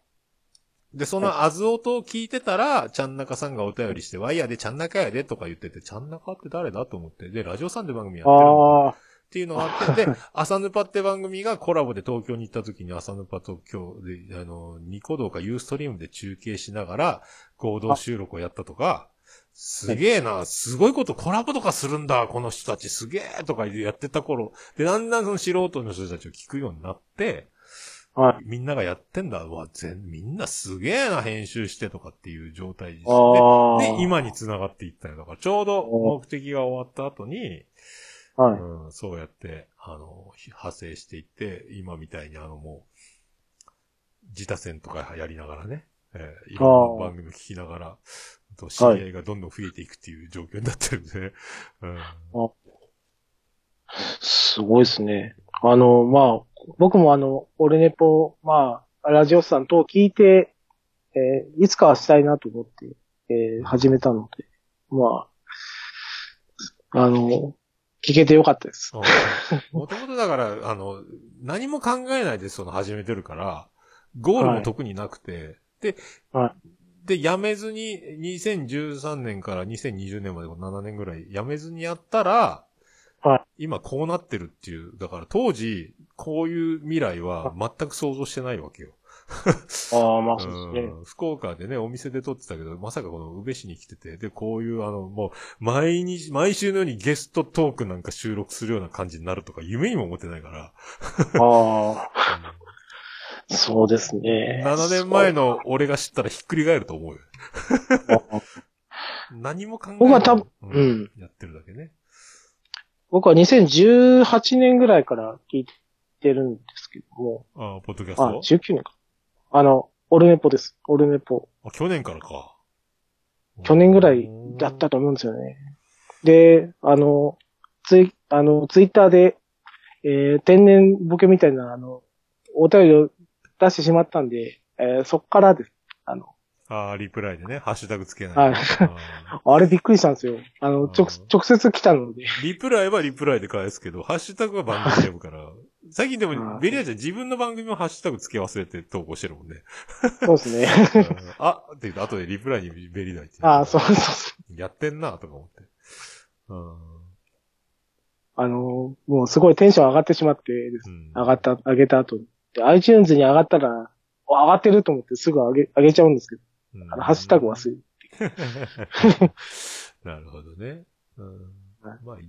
[SPEAKER 1] で、そのあず音を聞いてたら、ちゃんなかさんがお便りして、ワイヤーでちゃんなかやでとか言ってて、ちゃんなかって誰だと思って、で、ラジオさんで番組やってるのかな
[SPEAKER 2] ああ。
[SPEAKER 1] っていうのがあって、で、朝ぬぱって番組がコラボで東京に行った時に朝ぬぱと今日で、あの、ニコ動かユーストリームで中継しながら合同収録をやったとか、すげえな、すごいことコラボとかするんだ、この人たちすげえとかやってた頃、で、だんだんその素人の人たちを聞くようになって、
[SPEAKER 2] は
[SPEAKER 1] みんながやってんだ、うわ、全、みんなすげえな、編集してとかっていう状態 で、
[SPEAKER 2] ああ。
[SPEAKER 1] で、今に繋がっていったよ。だから、ちょうど目的が終わった後に、
[SPEAKER 2] はい。
[SPEAKER 1] うん、そうやって、あの、ひ派生していって、今みたいにあのもう、自他戦とかやりながらね、えー、いろんな番組聞きながら、と知り合いがどんどん増えていくっていう状況になってるんでね。うん。
[SPEAKER 2] すごいですね。あの、まあ、僕もあの、オルネポ、まあ、ラジオスさんと聞いて、えーいつかはしたいなと思って、えー始めたので、まあ、あの、聞けてよかったです。
[SPEAKER 1] もともとだから、あの、何も考えないでその始めてるから、ゴールも特になくて、で、
[SPEAKER 2] は
[SPEAKER 1] で、やめずに、2013年から2020年まで7年ぐらい、やめずにやったら、
[SPEAKER 2] は
[SPEAKER 1] 今こうなってるっていう、だから当時、こういう未来は全く想像してないわけよ。
[SPEAKER 2] ああ、まあ
[SPEAKER 1] うん福岡でね、お店で撮ってたけど、まさかこの宇部市に来てて、で、こういう、あの、もう、毎日、毎週のようにゲストトークなんか収録するような感じになるとか、夢にも思ってないから、
[SPEAKER 2] ああ、そうですね。
[SPEAKER 1] 7年前の俺が知ったらひっくり返ると思うよ。
[SPEAKER 2] そう。
[SPEAKER 1] 何も考えない。
[SPEAKER 2] 僕は多分
[SPEAKER 1] う。
[SPEAKER 2] うんん。
[SPEAKER 1] やってるだけね。
[SPEAKER 2] 僕は2018年ぐらいから聞いてるんですけども、
[SPEAKER 1] あポッドキャス
[SPEAKER 2] あ、
[SPEAKER 1] ト
[SPEAKER 2] 19年か。あの、オルネポです。オルネポ。
[SPEAKER 1] あ去年からか。
[SPEAKER 2] 去年ぐらいだったと思うんですよね。で、あの、ツイ、あの、ツイッターで、えー天然ボケみたいな、あの、お便りを出してしまったんで、えーそっからです。あの、
[SPEAKER 1] あーリプライでね、ハッシュタグつけない。
[SPEAKER 2] はい
[SPEAKER 1] あ
[SPEAKER 2] あれびっくりしたんですよ。あの、
[SPEAKER 1] あ
[SPEAKER 2] 直
[SPEAKER 1] ー、
[SPEAKER 2] 直接来たので。
[SPEAKER 1] ーリプライはリプライで返すけど、ハッシュタグは番組で呼ぶから。最近で
[SPEAKER 2] う
[SPEAKER 1] も、
[SPEAKER 2] ん
[SPEAKER 1] ベリアちゃん自分の番組もハッシュタグつけ忘れて投稿してるもんね。
[SPEAKER 2] そうですね。
[SPEAKER 1] うんあって言うと、後でリプライにベリアって。
[SPEAKER 2] ああ、そうそうそう。
[SPEAKER 1] やってんな、とか思って。うん
[SPEAKER 2] あの、もうすごいテンション上がってしまってです、
[SPEAKER 1] うん
[SPEAKER 2] 上がった、上げた後に。で、iTunes に上がったら、お上がってると思ってすぐ上げ、上げちゃうんですけど、
[SPEAKER 1] うん
[SPEAKER 2] あの、ハッシュタグ忘れて。
[SPEAKER 1] なるほどね。うん
[SPEAKER 2] はい、
[SPEAKER 1] まあいい。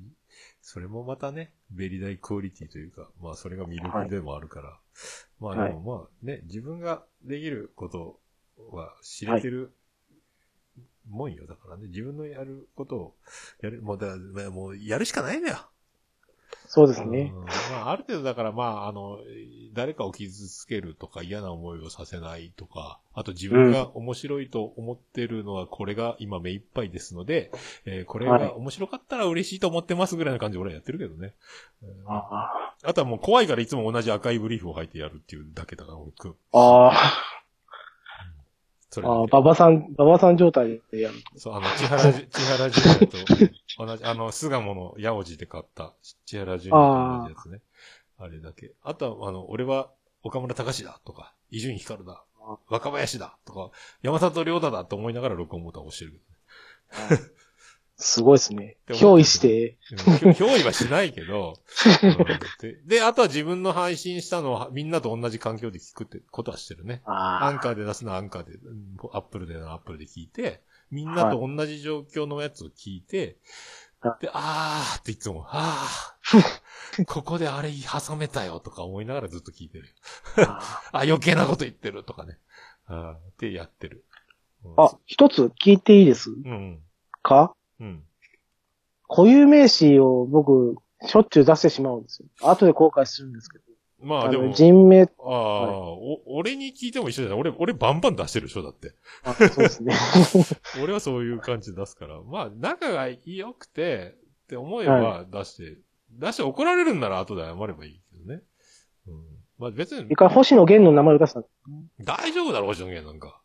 [SPEAKER 1] それもまたね、ベリダイクオリティというか、まあそれが魅力でもあるから。まあでもまあね、自分ができることは知れてるもんよ。だからね、自分のやることを、やる、もう、だからもうやるしかないんだよ。
[SPEAKER 2] そうですね
[SPEAKER 1] う。んまあ、ある程度だから、まあ、あの、誰かを傷つけるとか嫌な思いをさせないとか、あと自分が面白いと思ってるのはこれが今目いっぱいですので、えーこれ
[SPEAKER 2] はい
[SPEAKER 1] が面白かったら嬉しいと思ってますぐらいな感じで俺はやってるけどね。うんあ
[SPEAKER 2] あ
[SPEAKER 1] とはもう怖いからいつも同じ赤いブリーフを履いてやるっていうだけだから、俺くん。
[SPEAKER 2] あ、あ
[SPEAKER 1] それだけ
[SPEAKER 2] あ、馬場さん、馬場さん状態でやる。
[SPEAKER 1] そう、あの、千原じ、千原ジュニアと同じ、あの、巣鴨の八王子で買った、千原ジュニアと同じやつね。あれだけ。あとは、あの、俺は岡村隆史だとか、伊集院光だ、若林だとか、山里亮太だと思いながら録音ボタンを押してる。
[SPEAKER 2] すごいですね。憑依して、
[SPEAKER 1] うんひょ憑意はしないけど、うんでで、あとは自分の配信したのをみんなと同じ環境で聞くってことはしてるね。ア
[SPEAKER 2] あ
[SPEAKER 1] ンカーで出すのはアンカーで、うんアップルでのアップルで聞いて、みんなと同じ状況のやつを聞いて、
[SPEAKER 2] は
[SPEAKER 1] で、あーっていつも、あ ー、ここであれ挟めたよとか思いながらずっと聞いてる。
[SPEAKER 2] あ。
[SPEAKER 1] あ、余計なこと言ってるとかね。あーってやってる。うん
[SPEAKER 2] あ、一つ聞いていいです
[SPEAKER 1] うん。
[SPEAKER 2] か
[SPEAKER 1] うん。
[SPEAKER 2] 固有名詞を僕、しょっちゅう出してしまうんですよ。後で後悔するんですけど。
[SPEAKER 1] ま
[SPEAKER 2] あ
[SPEAKER 1] あで
[SPEAKER 2] の、
[SPEAKER 1] も、
[SPEAKER 2] 人名、
[SPEAKER 1] ああ、お、俺に聞いても一緒じゃない。俺、俺バンバン出してるでしょ、だって。
[SPEAKER 2] あそうですね。
[SPEAKER 1] 俺はそういう感じで出すから。まあ、仲が良くて、って思えば出して、出して怒られるんなら後で謝ればいいけどね。うん。まあ別に
[SPEAKER 2] 一、回星野源の名前を出したの
[SPEAKER 1] 大丈夫だろ、星野源なんか。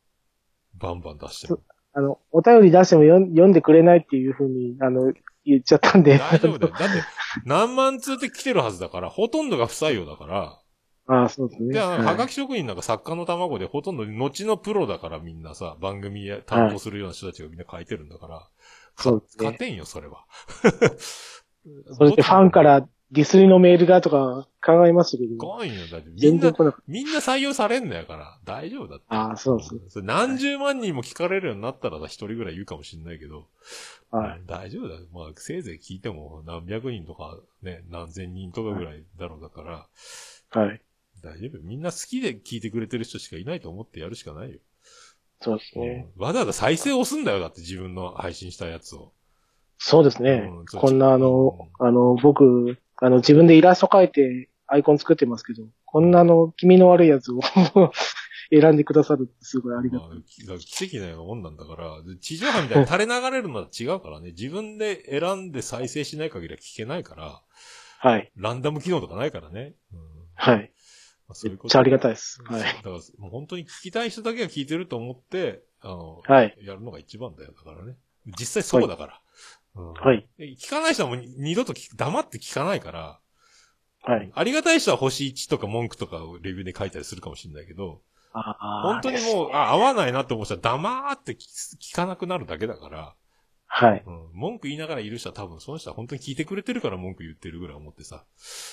[SPEAKER 1] バンバン出しても。
[SPEAKER 2] あの、お便り出しても読ん読んでくれないっていうふうに、あの、言っちゃったんで。
[SPEAKER 1] 大丈夫だよ。だって、何万通って来てるはずだから、ほとんどが不採用だから。
[SPEAKER 2] ああ、そうですね。
[SPEAKER 1] で、あの、は
[SPEAKER 2] は
[SPEAKER 1] が
[SPEAKER 2] い
[SPEAKER 1] き職人なんか作家の卵でほとんど後のプロだからみんなさ、番組や担当するような人たちがみんな書いてるんだから、
[SPEAKER 2] そうです
[SPEAKER 1] 勝
[SPEAKER 2] ね。
[SPEAKER 1] てんよ、それは。
[SPEAKER 2] それってファンからディスりのメールがとか考えましたけど、
[SPEAKER 1] 来んよ、だって。み
[SPEAKER 2] 全
[SPEAKER 1] んな
[SPEAKER 2] 然、来なかっ
[SPEAKER 1] みんな採用されんのやから、大丈夫だって。
[SPEAKER 2] た。ああ、そうですね。
[SPEAKER 1] それ何十万人も聞かれるようになったらさ一人ぐらい言うかもしんないけど、
[SPEAKER 2] はい。
[SPEAKER 1] うん大丈夫だよ。まあ、せいぜい聞いても何百人とかね、何千人とかぐらいだろうだから、
[SPEAKER 2] はい。
[SPEAKER 1] 大丈夫。みんな好きで聞いてくれてる人しかいないと思ってやるしかないよ。
[SPEAKER 2] そうですね。
[SPEAKER 1] うんわざわざ再生押すんだよ。だって自分の配信したやつを。
[SPEAKER 2] そうですね
[SPEAKER 1] うん。
[SPEAKER 2] こんなあの、あの、僕、あの、自分でイラスト描いてアイコン作ってますけど、こんなあの、気味の悪いやつを 選んでくださるってすごいありが
[SPEAKER 1] ま
[SPEAKER 2] たい。
[SPEAKER 1] あ、き奇跡のようなもんなんだから、で地上波みたいに垂れ流れるのは違うからね。自分で選んで再生しない限りは聞けないから、
[SPEAKER 2] はい。
[SPEAKER 1] ランダム機能とかないからね。うん
[SPEAKER 2] はい。
[SPEAKER 1] まあ、そう
[SPEAKER 2] め
[SPEAKER 1] い
[SPEAKER 2] っ
[SPEAKER 1] うこと
[SPEAKER 2] ちゃありがたいです。
[SPEAKER 1] そう
[SPEAKER 2] は
[SPEAKER 1] だ
[SPEAKER 2] い。
[SPEAKER 1] から、もう本当に聞きたい人だけが聞いてると思って、あの、
[SPEAKER 2] はい。
[SPEAKER 1] やるのが一番だよ。だからね。実際そうだから。うん
[SPEAKER 2] はい。
[SPEAKER 1] で聞かない人はもう二度と聞く黙って聞かないから、
[SPEAKER 2] はい。
[SPEAKER 1] ありがたい人は星1とか文句とかをレビューで書いたりするかもしれないけど、
[SPEAKER 2] あー
[SPEAKER 1] 本当にもう、あ、合わないなって思う人は黙って聞聞かなくなるだけだから、
[SPEAKER 2] はい。
[SPEAKER 1] うん、文句言いながらいる人は多分その人は本当に聞いてくれてるから文句言ってるぐらい思ってさ、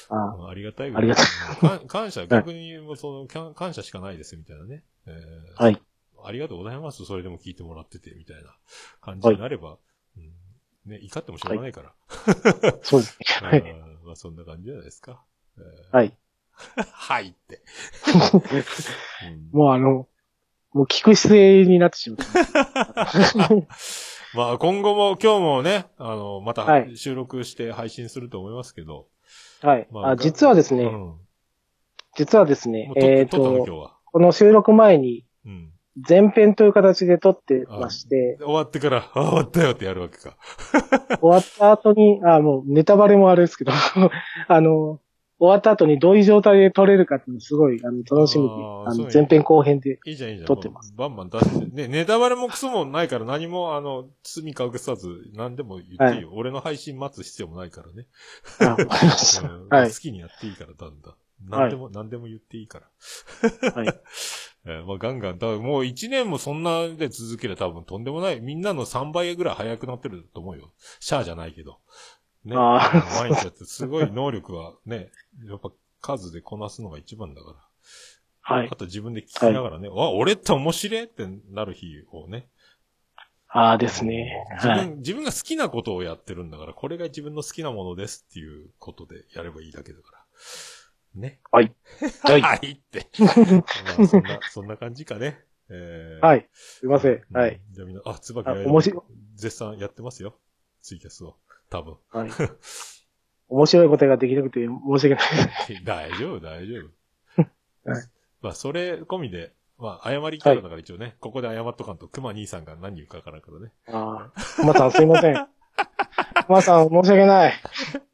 [SPEAKER 2] あー
[SPEAKER 1] うんありがたいぐ
[SPEAKER 2] ありがたい
[SPEAKER 1] か感謝、逆にもうその、きゃ感謝しかないです、みたいなね。えー
[SPEAKER 2] はい。
[SPEAKER 1] ありがとうございます、それでも聞いてもらってて、みたいな感じになれば、うん、ね、怒ってもしょうがないから。
[SPEAKER 2] そうですね。は
[SPEAKER 1] あ
[SPEAKER 2] い。
[SPEAKER 1] ーまあ、そんな感じじゃないですか。えー
[SPEAKER 2] はい。
[SPEAKER 1] はいって。うん
[SPEAKER 2] もうあの、もう聞く姿勢になってしま った。
[SPEAKER 1] まあ今後も、今日もね、あの、ま
[SPEAKER 2] は
[SPEAKER 1] た
[SPEAKER 2] い
[SPEAKER 1] 収録して配信すると思いますけど。
[SPEAKER 2] はい
[SPEAKER 1] ま。あ
[SPEAKER 2] あ、実はです
[SPEAKER 1] うん。
[SPEAKER 2] ね、
[SPEAKER 1] も
[SPEAKER 2] 実はですね
[SPEAKER 1] う、
[SPEAKER 2] え
[SPEAKER 1] 撮
[SPEAKER 2] っ
[SPEAKER 1] っ撮ったの今日
[SPEAKER 2] と、
[SPEAKER 1] は。
[SPEAKER 2] この収録前に
[SPEAKER 1] うん。
[SPEAKER 2] 前編という形で撮ってまして、
[SPEAKER 1] 終わってから、 あ終わったよってやるわけか。
[SPEAKER 2] 終わった後に、あ、もうネタバレもあれですけど、 あの、終わった後にどういう状態で撮れるかっていうのすごいあの楽しみで
[SPEAKER 1] あー、
[SPEAKER 2] あ
[SPEAKER 1] そう
[SPEAKER 2] の
[SPEAKER 1] ね
[SPEAKER 2] 前編後編で。
[SPEAKER 1] いいじゃん、いいじゃん。
[SPEAKER 2] 撮ってます
[SPEAKER 1] バンバン出して。ね、ネタバレもクソもないから何も、あの、罪隠さず、何でも言っていいよ。俺の配信待つ必要もないからね。
[SPEAKER 2] あわかりまし
[SPEAKER 1] う
[SPEAKER 2] た
[SPEAKER 1] ん
[SPEAKER 2] はい
[SPEAKER 1] 好。きにやっていいから、だんだん。何でも、何でも言っていいから。
[SPEAKER 2] はい。
[SPEAKER 1] えーまあガンガン、多分もう1年もそんなで続ければ多分とんでもない。みんなの3倍ぐらい早くなってると思うよ。シャアじゃないけど。ね。
[SPEAKER 2] あー
[SPEAKER 1] 毎日やって、すごい能力はね、やっぱ数でこなすのが一番だから。
[SPEAKER 2] はい
[SPEAKER 1] あ。と自分で聞きながらね、わ、俺って面白いってなる日をね。
[SPEAKER 2] ああですね。
[SPEAKER 1] 自分、
[SPEAKER 2] はい。
[SPEAKER 1] 自分が好きなことをやってるんだから、これが自分の好きなものですっていうことでやればいいだけだから。ね。
[SPEAKER 2] はい。はい
[SPEAKER 1] はいって。まあ、そんな、そんな感じかね。えー、。
[SPEAKER 2] はいい。すいません。はい。。
[SPEAKER 1] じゃあみんな、あ、つばき
[SPEAKER 2] あ
[SPEAKER 1] が
[SPEAKER 2] 面白い
[SPEAKER 1] 絶賛やってますよ。ツイキャスを。多分。
[SPEAKER 2] はい。面白い答えができなくて申し訳ないです。
[SPEAKER 1] 大丈夫、大丈夫。
[SPEAKER 2] はい。
[SPEAKER 1] まあ、それ込みで、まあ、謝りキャラだから一応ね、ここで謝っとかんと、熊兄さんが何言うかわからんからね。
[SPEAKER 2] ああ。熊さんすいません。熊さん申し訳ない。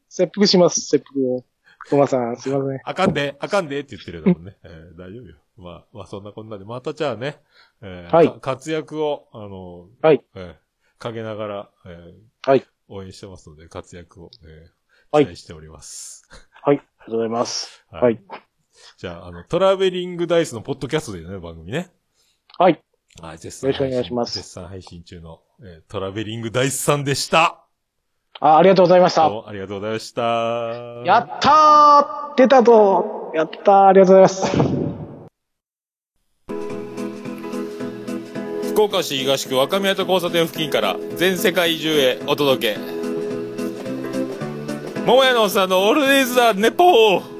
[SPEAKER 2] 切腹します、切腹。熊さんすいません。
[SPEAKER 1] あかんで、あかんでって言ってるだもんね。えー大丈夫よ。まあ、まあ、そんなこんなで、またじゃあね、えー
[SPEAKER 2] はい
[SPEAKER 1] か活躍を、あの、
[SPEAKER 2] はい。
[SPEAKER 1] えー、陰ながら、えー
[SPEAKER 2] はい
[SPEAKER 1] 応援してますので、活躍を、えー
[SPEAKER 2] はい
[SPEAKER 1] 期待しております。
[SPEAKER 2] はい。ありがとうございます。
[SPEAKER 1] は
[SPEAKER 2] はい。
[SPEAKER 1] じゃあ、あの、トラベリングダイスのポッドキャストでね、番組ね。
[SPEAKER 2] はい。
[SPEAKER 1] はい、絶
[SPEAKER 2] よろしくお願いします
[SPEAKER 1] 絶賛配信中の、えートラベリングダイスさんでした。
[SPEAKER 2] あ、ありがとうございまし
[SPEAKER 1] どう
[SPEAKER 2] た。
[SPEAKER 1] もありがとうございました。
[SPEAKER 2] やったー出たぞやったーありがとうございます。
[SPEAKER 1] 福岡市東区若宮と交差点付近から全世界中へお届け。桃屋のおっさんのオールデイズ・ザ・ネポー